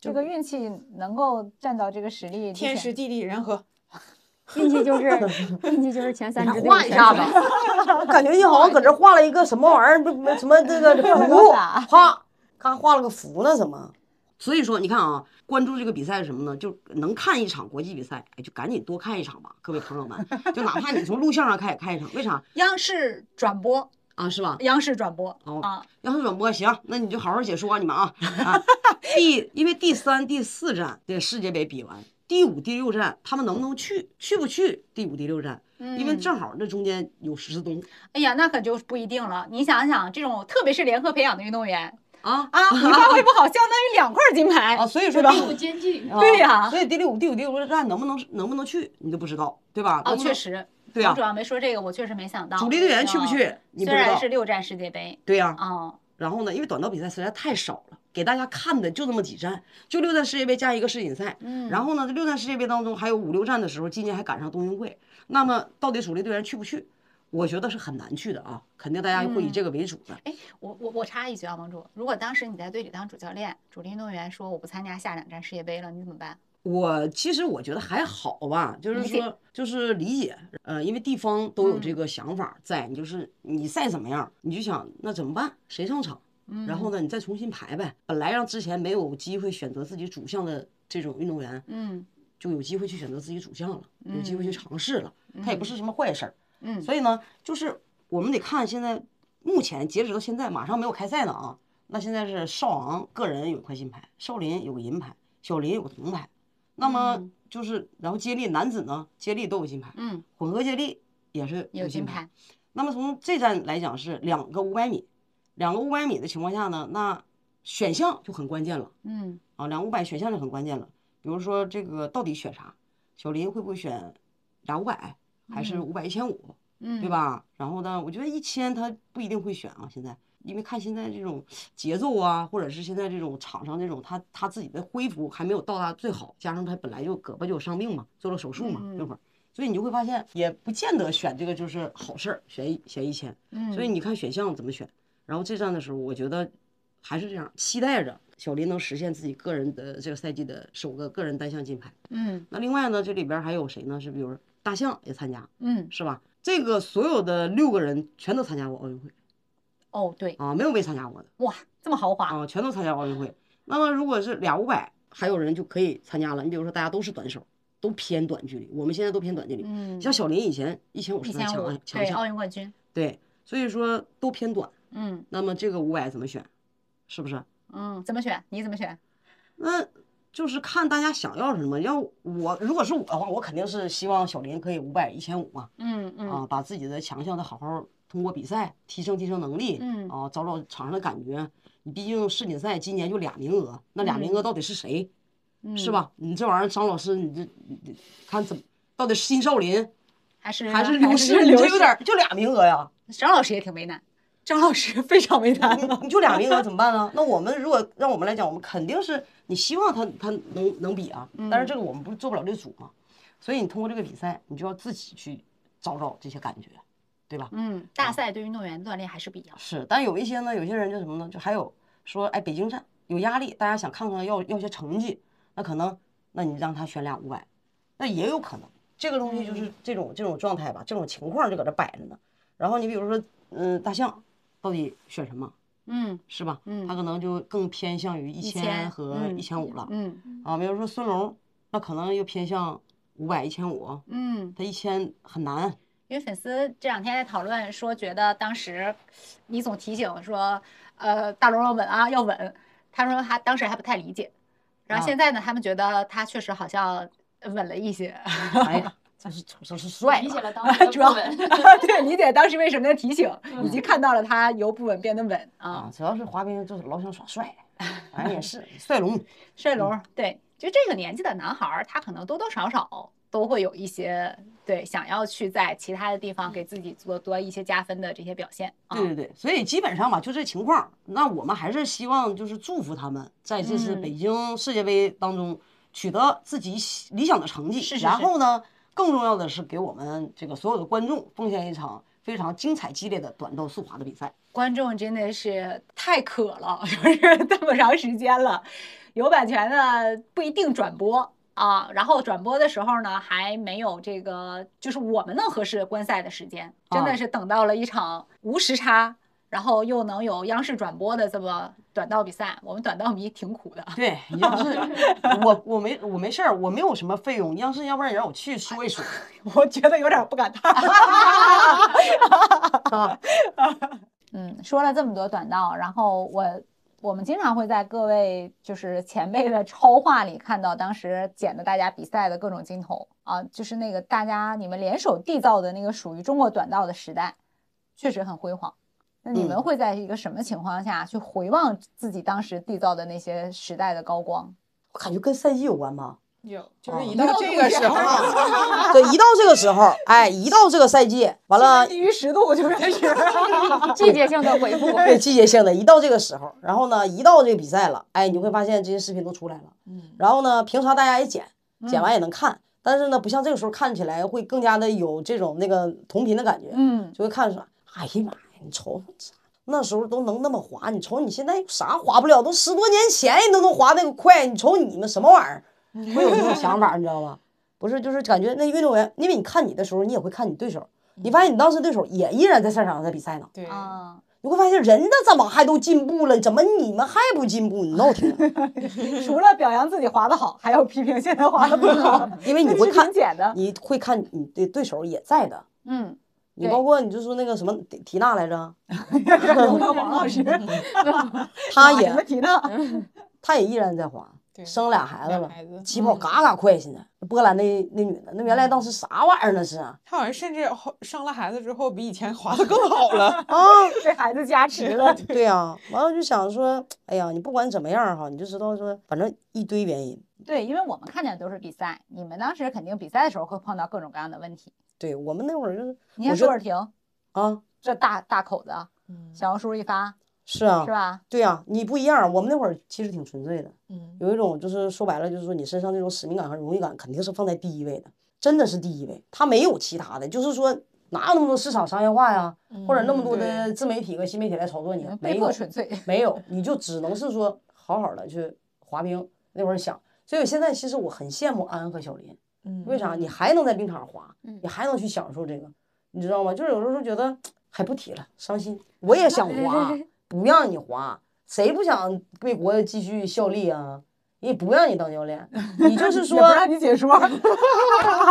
这个运气能够站到这个实力之
天
前
时地利人和，
运气就是运气就是前三支队伍
画一
全
下
出
子
来，
我感觉你好像搁这画了一个什么玩意儿，不不什么这 个
多
符
大，
啪，咔画了个符呢，怎么？所以说，你看啊，关注这个比赛是什么呢？就能看一场国际比赛，哎，就赶紧多看一场吧，各位朋友们，就哪怕你从录像上看也看一场，为啥
央视转播，
啊？是吧？
央视转播
哦
啊，
要是转播行，那你就好好解说啊，你 们啊啊！第因为第三、第四站的世界杯比完，第五、第六站他们能不能去？去不去？第五、第六站，因
嗯
为正好那中间有十四冬
哎呀，那可就不一定了。你想想，这种特别是联合培养的运动 员
啊
啊，哎你发挥不好，相当于两块金牌。
啊，所以说第
有间距。
对呀
所以第六、第五、第六站能不能能不能去，你都不知道，对吧？
哦，
能不
确
能，
实，
对
我
呀
主，要没说这个，我确实没想到
主力队员去不
嗯
去，你不
虽
知
然
道
是，六战世界杯，
对呀。
哦，
然后呢，因为短道比赛实在太少了，给大家看的就那么几站，就六站世界杯加一个世锦赛。
嗯
然后呢，这六站世界杯当中还有五六站的时候，今年还赶上冬运会，那么到底主力队员去不去？我觉得是很难去的啊，肯定大家会以这个为主的。
我我我插一句啊，盟主，如果当时你在队里当主教练，主力运动员说我不参加下两站世界杯了，你怎么办？
我其实我觉得还好吧，就是
理解嗯
说，就是理解，呃，因为地方都有这个想法在，你就是你再怎么样，你就想那怎么办？谁上场？
嗯
然后呢，你再重新排呗。本来让之前没有机会选择自己主项的这种运动员，
嗯
就有机会去选择自己主项了，有机会去尝试了，它也不是什么坏事儿。
嗯
所以呢，就是我们得看现在目前截止到现在，马上没有开赛呢啊。那现在是少昂个人有一块金牌，少林有个银牌，小林有个铜牌。那么就是，然后接力男子呢，接力都有金牌，
嗯，
混合接力也是
有金
金牌。
牌，
那么从这站来讲是两个五百米，两个五百米的情况下呢，那选项就很关键了。
嗯
啊，两五百选项就很关键了。比如说这个到底选啥？小林会不会选俩五百，还是五百一千五，
嗯，
对？吧？然后呢，我觉得一千他不一定会选啊，现在。因为看现在这种节奏啊，或者是现在这种场上这种他他自己的恢复还没有到达最好，加上他本来就胳膊就有伤病嘛，做了手术嘛
嗯
那会儿，所以你就会发现也不见得选这个就是好事儿，选一选一千，
嗯，
所以你看选项怎么选。然后这站的时候，我觉得还是这样，期待着小林能实现自己个人的这个赛季的首个个人单项金牌。
嗯
那另外呢，这里边还有谁呢？是比如大象也参加，
嗯，
是吧？这个所有的六个人全都参加过奥运会
哦对，
啊，没有没参加过的。
哇，这么豪华，
啊，全都参加奥运会。那么如果是俩五百，还有人就可以参加了。你比如说，大家都是短手，都偏短距离，我们现在都偏短距离。
嗯，
像小林以前一千五
一
是他
千五
强，啊强
对，奥
项，
运冠军，
对，所以说都偏短。
嗯
那么这个五百怎么选？是不是？
嗯，怎么选？你怎么选？
那就是看大家想要什么。要我如果是我的话，我肯定是希望小林可以五百、一千五嘛，
嗯
啊，
嗯
把自己的强项再好好通过比赛提升提升能力，
嗯
啊，找找场上的感觉。你毕竟世锦赛今年就俩名额，那俩名额到底是谁？
嗯，
是？吧？你这玩意儿，张老师，你这你这看怎么到底是新少林
还是
还是刘
是
诗？你
刘
这有
诗
点儿就俩名额呀，
张老师也挺为难，张老师非常为难
你
了。
你就俩名额怎么办呢？那我们如果让我们来讲，我们肯定是你希望他他能能比啊，
嗯
但是这个我们不是做不了这组嘛，所以你通过这个比赛，你就要自己去找找这些感觉，对吧？
嗯，大赛对运动员锻炼还是比较
是，但有一些呢，有些人就什么呢？就还有说，哎，北京站有压力，大家想看看要要些成绩，那可能，那你让他选俩五百，那也有可能。这个东西就是这种这种状态吧，这种情况就搁这摆着呢。然后你比如说，嗯、大象到底选什么，
嗯
是吧？
嗯
他可能就更偏向于一
1000
千和
嗯
一千五了、
嗯
啊。比如说孙龙，那可能又偏向五百一千五，
嗯，
他一千很难。
因为粉丝这两天在讨论说，觉得当时你总提醒说，呃，大龙要稳啊，要稳。他说他当时还不太理解，然后
啊
现在呢，他们觉得他确实好像稳了一些，
哎 呀，这是这是帅
理
了
解了当 时的 嗯
主
不
要
稳。
对理解当时为什么的提醒，以及看到了他由不稳变得稳啊
啊，。主要是滑冰就是老想耍 帅，反正也是帅龙。
帅龙儿，对，就这个年纪的男孩儿，他可能多多少少都会有一些对想要去在其他的地
嗯
方给自己做多一些加分的这些表现啊。
对对对，所以基本上吧，就这情况。那我们还是希望就是祝福他们在这次
嗯
北京世界杯当中取得自己喜理想的成绩，
是是
然
是
后呢，更重要的是给我们这个所有的观众奉献一场非常精彩激烈的短道速滑的比 赛。
观众真的是太渴了， 就是这么长时间了，有版权的不一定转播啊，然后转播的时候呢，还没有这个，就是我们能合适观赛的时间，真的
啊
是等到了一场无时差，然后又能有央视转播的这么短道比赛，我们短道迷挺苦的。
对，要是我我没我没事儿，我没有什么费用，要是要不然让我去说一说。
我觉得有点 不敢当。
嗯，说了这么多短道，然后我我们经常会在各位就是前辈的超话里看到当时剪的大家比赛的各种镜头啊，就是那个大家你们联手缔造的那个属于中国短道的时代，确实很辉煌。那你们
嗯
会在一个什么情况下去回望自己当时缔造的那些时代的高光？
我感觉跟赛季有关吧。
有，就是一
哦
到这个时候，
对，一到这个时候，哎，一到这个赛季，完 了
低于十度就 开始
季节性的回复。
对季节性的，一到这个时候，然后呢，一到这个比赛了，哎，你会发现这些视频都出来了。
嗯，
然后呢，平常大家也剪，剪完也能看，但是呢，不像这个时候看起来会更加的有这种那个同频的感觉，
嗯，
就会看出来，哎呀妈呀，你瞅瞅那时候都能那么滑，你瞅你现在有啥滑不了，都十多年前你都能滑那个快，你瞅你们什么玩意儿，会有这种想法，你知道吗？不是，就是感觉那运动员，因为你看你的时候，你也会看你对手，你发现你当时对手也依然在赛场上在比赛呢。
对，
啊，
你会发现人家怎么还都进步了，怎么你们还不进步？你闹挺，
除了表扬自己滑得好，还有批评现在滑得不好。
嗯因为你
那
会
是
看
挺，简的，
你会看你的对手也在的。
嗯，
你
对
包括你就说那个什么提提娜来着，
刘德华老师，
她
什么
嗯也
提呢？
她也依然在滑，
对
生俩孩子
俩
了
孩子，
起跑嘎嘎快。现在波兰那那女的，那
嗯
原来当时啥玩意儿那是啊？。
他好像甚至后生了孩子之后，比以前滑得更好了
啊
被孩子加持 了。
对呀、完了就想说，哎呀，你不管怎么样儿哈，你就知道说，反正一堆原因。
对，因为我们看见的都是比赛，你们当时肯定比赛的时候会碰到各种各样的问题。
对我们那会儿就是，
你看
我
舒
说
尔婷
啊，
这大大口子，
嗯
小杨叔一发
是啊，
是吧？
对啊，你不一样儿，我们那会儿其实挺纯粹的，
嗯，
有一种就是说白了，就是说你身上那种使命感和荣誉感肯定是放在第一位的，真的是第一位，他没有其他的，就是说哪有那么多市场商业化呀，
嗯
或者那
嗯
么多的自媒体和新媒体来炒作你，没
被
有
迫，纯粹，
没有，你就只能是说好好的去滑冰。那会儿想，所以现在其实我很羡慕安安和小林，
嗯
为啥？你还能在冰场滑，你还能去享受这个，你知道吗？就是有时候觉得还不提了，伤心。我也想 滑，不让你滑，谁不想为国家继续效力啊？也不让你当教 练，你就是说，
你解说，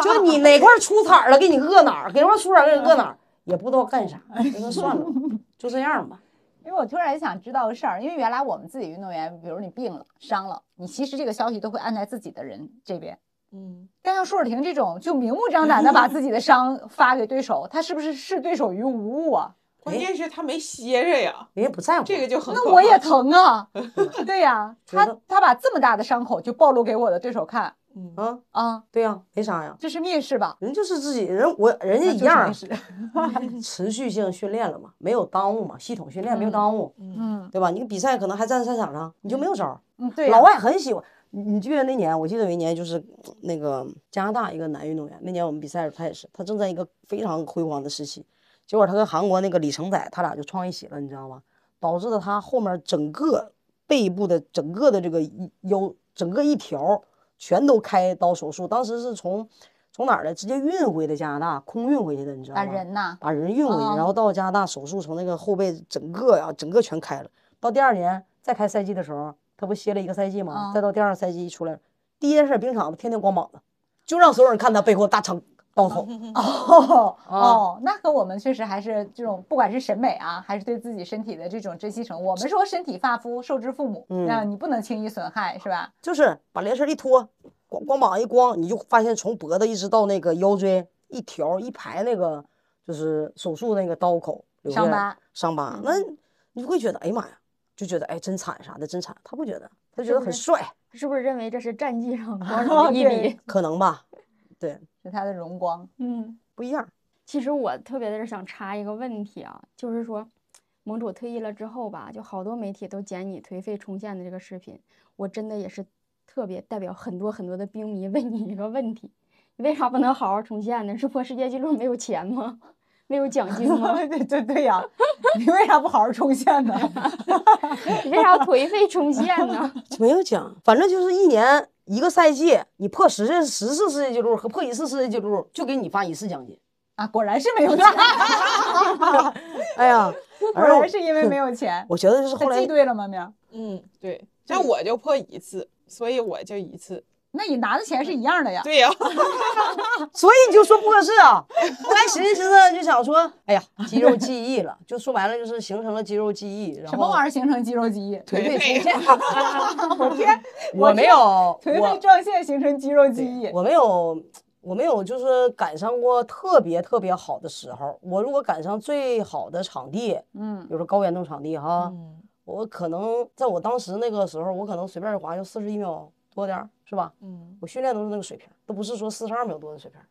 就你哪块儿出彩儿了，给你饿哪儿，给哪块儿出彩儿给你饿哪儿，也不知道干啥。就说算了吧，就这样吧。
因为我突然想知道个事儿，因为原来我们自己运动员，比如你病了、伤了，你其实这个消息都会按在自己的人这边。
嗯，
但像舒尔婷这种就明目张胆的把自己的
嗯
伤发给对手，他是不是视对手于无物啊？
哎
关键是他没歇着呀，
人家不在乎
这个就很可怕。
那我也疼啊， 对呀、
嗯觉
他
得
他把这么大的伤口就暴露给我的对手看
嗯，
啊，
啊，
对呀、没啥呀。
这是蔑视吧？
人就是自己人，我人家
那
一
就是
样儿
蔑视，
持续性训练了嘛，没有耽误嘛，系统训练没有耽误，
嗯
对吧？你比赛可能还站赛场上，你就没有招儿。
嗯，对呀、
老外很喜欢。你你记得那年，我记得有一年就是嗯那个加拿大一个男运动员，那年我们比赛的时候他也是，他正在一个非常辉煌的时期，结果他跟韩国那个李承宰他俩就撞一起了，你知道吗？导致了他后面整个背部的整个的这个一腰整个一条全都开刀手术，当时是从从哪儿来直接运回的加拿大，空运回去的，你知道
打
吗？
人呐，
把人运回去，然后到加拿大手术，从那个后背整个呀、整个全开了。到第二年再开赛季的时候，他不歇了一个赛季吗？
啊
再到第二个赛季一出来，第一件事冰场不天天光膀子，就让所有人看他背后大长刀头。
哦
啊
哦，那和我们确实还是这种，不管是审美啊，还是对自己身体的这种珍惜程度，我们说身体发肤受之父母，
嗯
那你不能轻易损害，是吧？
就是把连身一脱，光光膀一光，你就发现从脖子一直到那个腰椎一条一排那个就是手术那个刀口留下
伤
来
疤
伤疤，那你就会觉得哎呀妈呀，就觉得哎真惨啥的真惨，他不觉得，他觉
是
得
不
很
是
帅，
是不是认为这是战绩上光荣的一笔？
可能吧，对，
是他的荣光，
嗯，
不一样。
其实我特别的是想插一个问题啊，就是说，盟主退役了之后吧，就好多媒体都剪你颓废重现的这个视频，我真的也是特别代表很多很多的兵迷问你一个问题：你为啥不能好好重现呢？是破世界纪录没有钱吗？没有奖金吗？
对对对呀、你为啥不好好冲线呢？
你为啥要颓废重现呢？
没有讲，反正就是一年一个赛季，你破十次十次世界纪录和破一次世界纪录，就给你发一次奖金。
啊，果然是没有钱，
哎 呀，
果然是因为没有钱。
我觉得就是后
他
来
记对了吗？喵，
嗯，对。那我就破一次，所以我就一次。
那你拿的钱是一样的呀。
对呀，
啊 所以你就说不合适啊！后来寻思寻思，就想说，哎呀，肌肉记忆了，就说白了就是形成了肌肉记忆。然后
什么玩意儿形成肌肉记忆？
颓 废重
对
现？
我天，
我没有，
颓废
我
撞线形成肌肉记忆
对。我没有，我没有，就是赶上过特别特别好的时候。我如果赶上最好的场地，
嗯
比如说高原动场地哈，
嗯
我可能在我当时那个时候，我可能随便滑就四十一秒多点儿，是吧？
嗯，
我训练都是那个水平，都不是说四十二秒多的水平。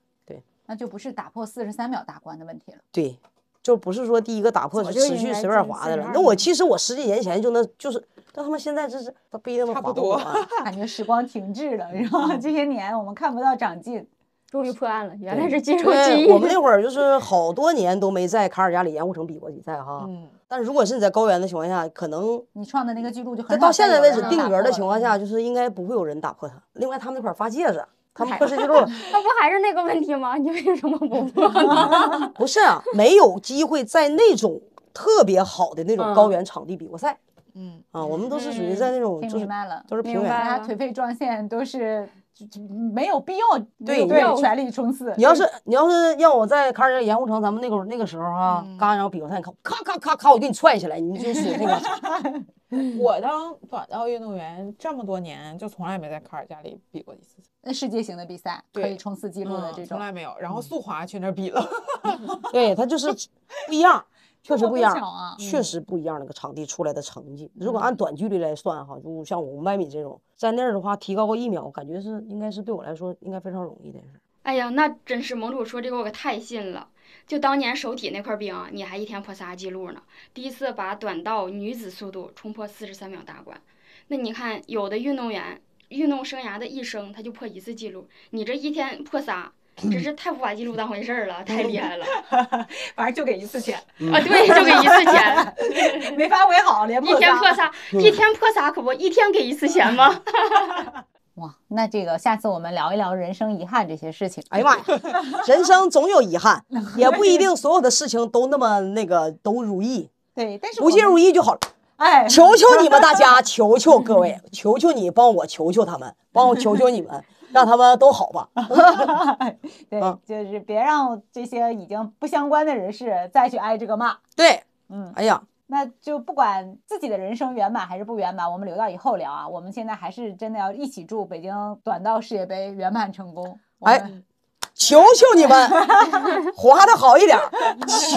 那就不是打破四十三秒大关的问题了。
对，就不是说第一个打破
早
是
就
持
应
续
该
随便
进
滑的了
42。
那我
了
其实我十几年前就能就是，但他们现在这是他逼他们
差不
滑
多
我 啊
感觉时光停滞了，然后
嗯
这些年我们看不到长进。
终于破案了，原来是肌肉记
对，我们
忆。
那会儿就是好多年都没在卡尔加里盐湖城比过比赛哈。
嗯，
但是如果是你在高原的情况下，可能
你创的那个记录就
就
很
到
少
现
再
在
有
为
人
止
能
定
打
格的
破
情
了
况下，就是应该不会有人打破它。另外，他们那块儿发戒指，他们破世界纪录
那不还是那个问题吗？你为什么不破呢？
不是啊，没有机会在那种特别好的那种高原场地比过赛。
嗯
啊，我们都是属于在那种
听
就是
明白了，
都是
明
平
白
原。
大家
了
颓废撞线都是就就没有必要，
对
没有
对
全力冲刺。
你要是你要是让我在卡尔加里盐湖城，咱们那个那个时候啊，刚然后比过赛，你看咔咔咔咔，我给你踹起来，你就属于那个
我当短道运动员这么多年，就从来没在卡尔加里比过一次，
那世界型的比赛可
对
以冲刺记录的
嗯，
这
从
种，
来没有。然后速滑去那儿比了，
对他就是不一样，确实
这
不
么
一样
巧。啊！
确实不一样，那个场地出来的成绩，如果按短距离来算哈，就像五百米这种，在那儿的话，提高个一秒，感觉是应该是对我来说应该非常容易的事儿。
哎呀，那真是盟主说这个我可太信了。就当年手体那块冰啊，你还一天破仨记录呢。第一次把短道女子速度冲破四十三秒大关，那你看有的运动员运动生涯的一生他就破一次记录，你这一天破仨，真是太不把记录当回事儿了，太厉害了
反正就给一次钱，
啊！对，就给一次钱，
嗯
没发挥好，连
一天破仨，一天破仨可不，一天给一次钱吗？
哇，那这个下次我们聊一聊人生遗憾这些事情。
哎呀妈呀，人生总有遗 憾，也不一定所有的事情都那么那个都如意，
对，但是
不尽
我们
如意就好了。
哎，
求求你们大家，求求各位，求求你帮我求求他们，帮我求求你们，让他们都好吧。
对
啊，
就是别让这些已经不相关的人士再去挨这个骂。
对，
嗯，
哎呀，
那就不管自己的人生圆满还是不圆满，我们留到以后聊啊。我们现在还是真的要一起祝北京短道世界杯圆满成功。我
哎
们，
求求你们 滑的好一点儿，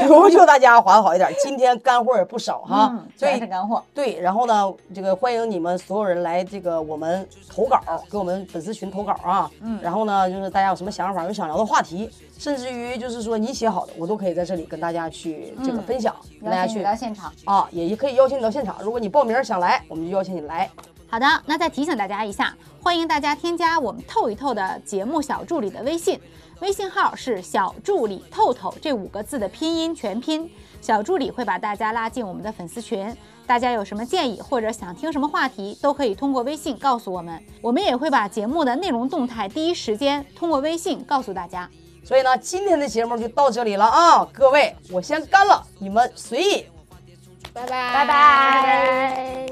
求求大家滑的好一点儿。今天干货也不少哈
嗯，
所
全
以
是干货。
对，然后呢，这个欢迎你们所有人来这个我们投稿，给我们粉丝群投稿啊。
嗯
然后呢，就是大家有什么想法，有想聊的话题，甚至于就是说你写好的，我都可以在这里跟大家去这个
嗯
分享，跟大
邀
家
请
去
你到现场，
啊，也也可以邀请你到现场。如果你报名想来，我们就邀请你来。
好的，那再提醒大家一下，欢迎大家添加我们“透一透”的节目小助理的微信，微信号是小助理“透透”这五个字的拼音全拼。小助理会把大家拉进我们的粉丝群，大家有什么建议或者想听什么话题，都可以通过微信告诉我们，我们也会把节目的内容动态第一时间通过微信告诉大家。
所以呢，今天的节目就到这里了啊，各位，我先干了，你们随意。
拜拜。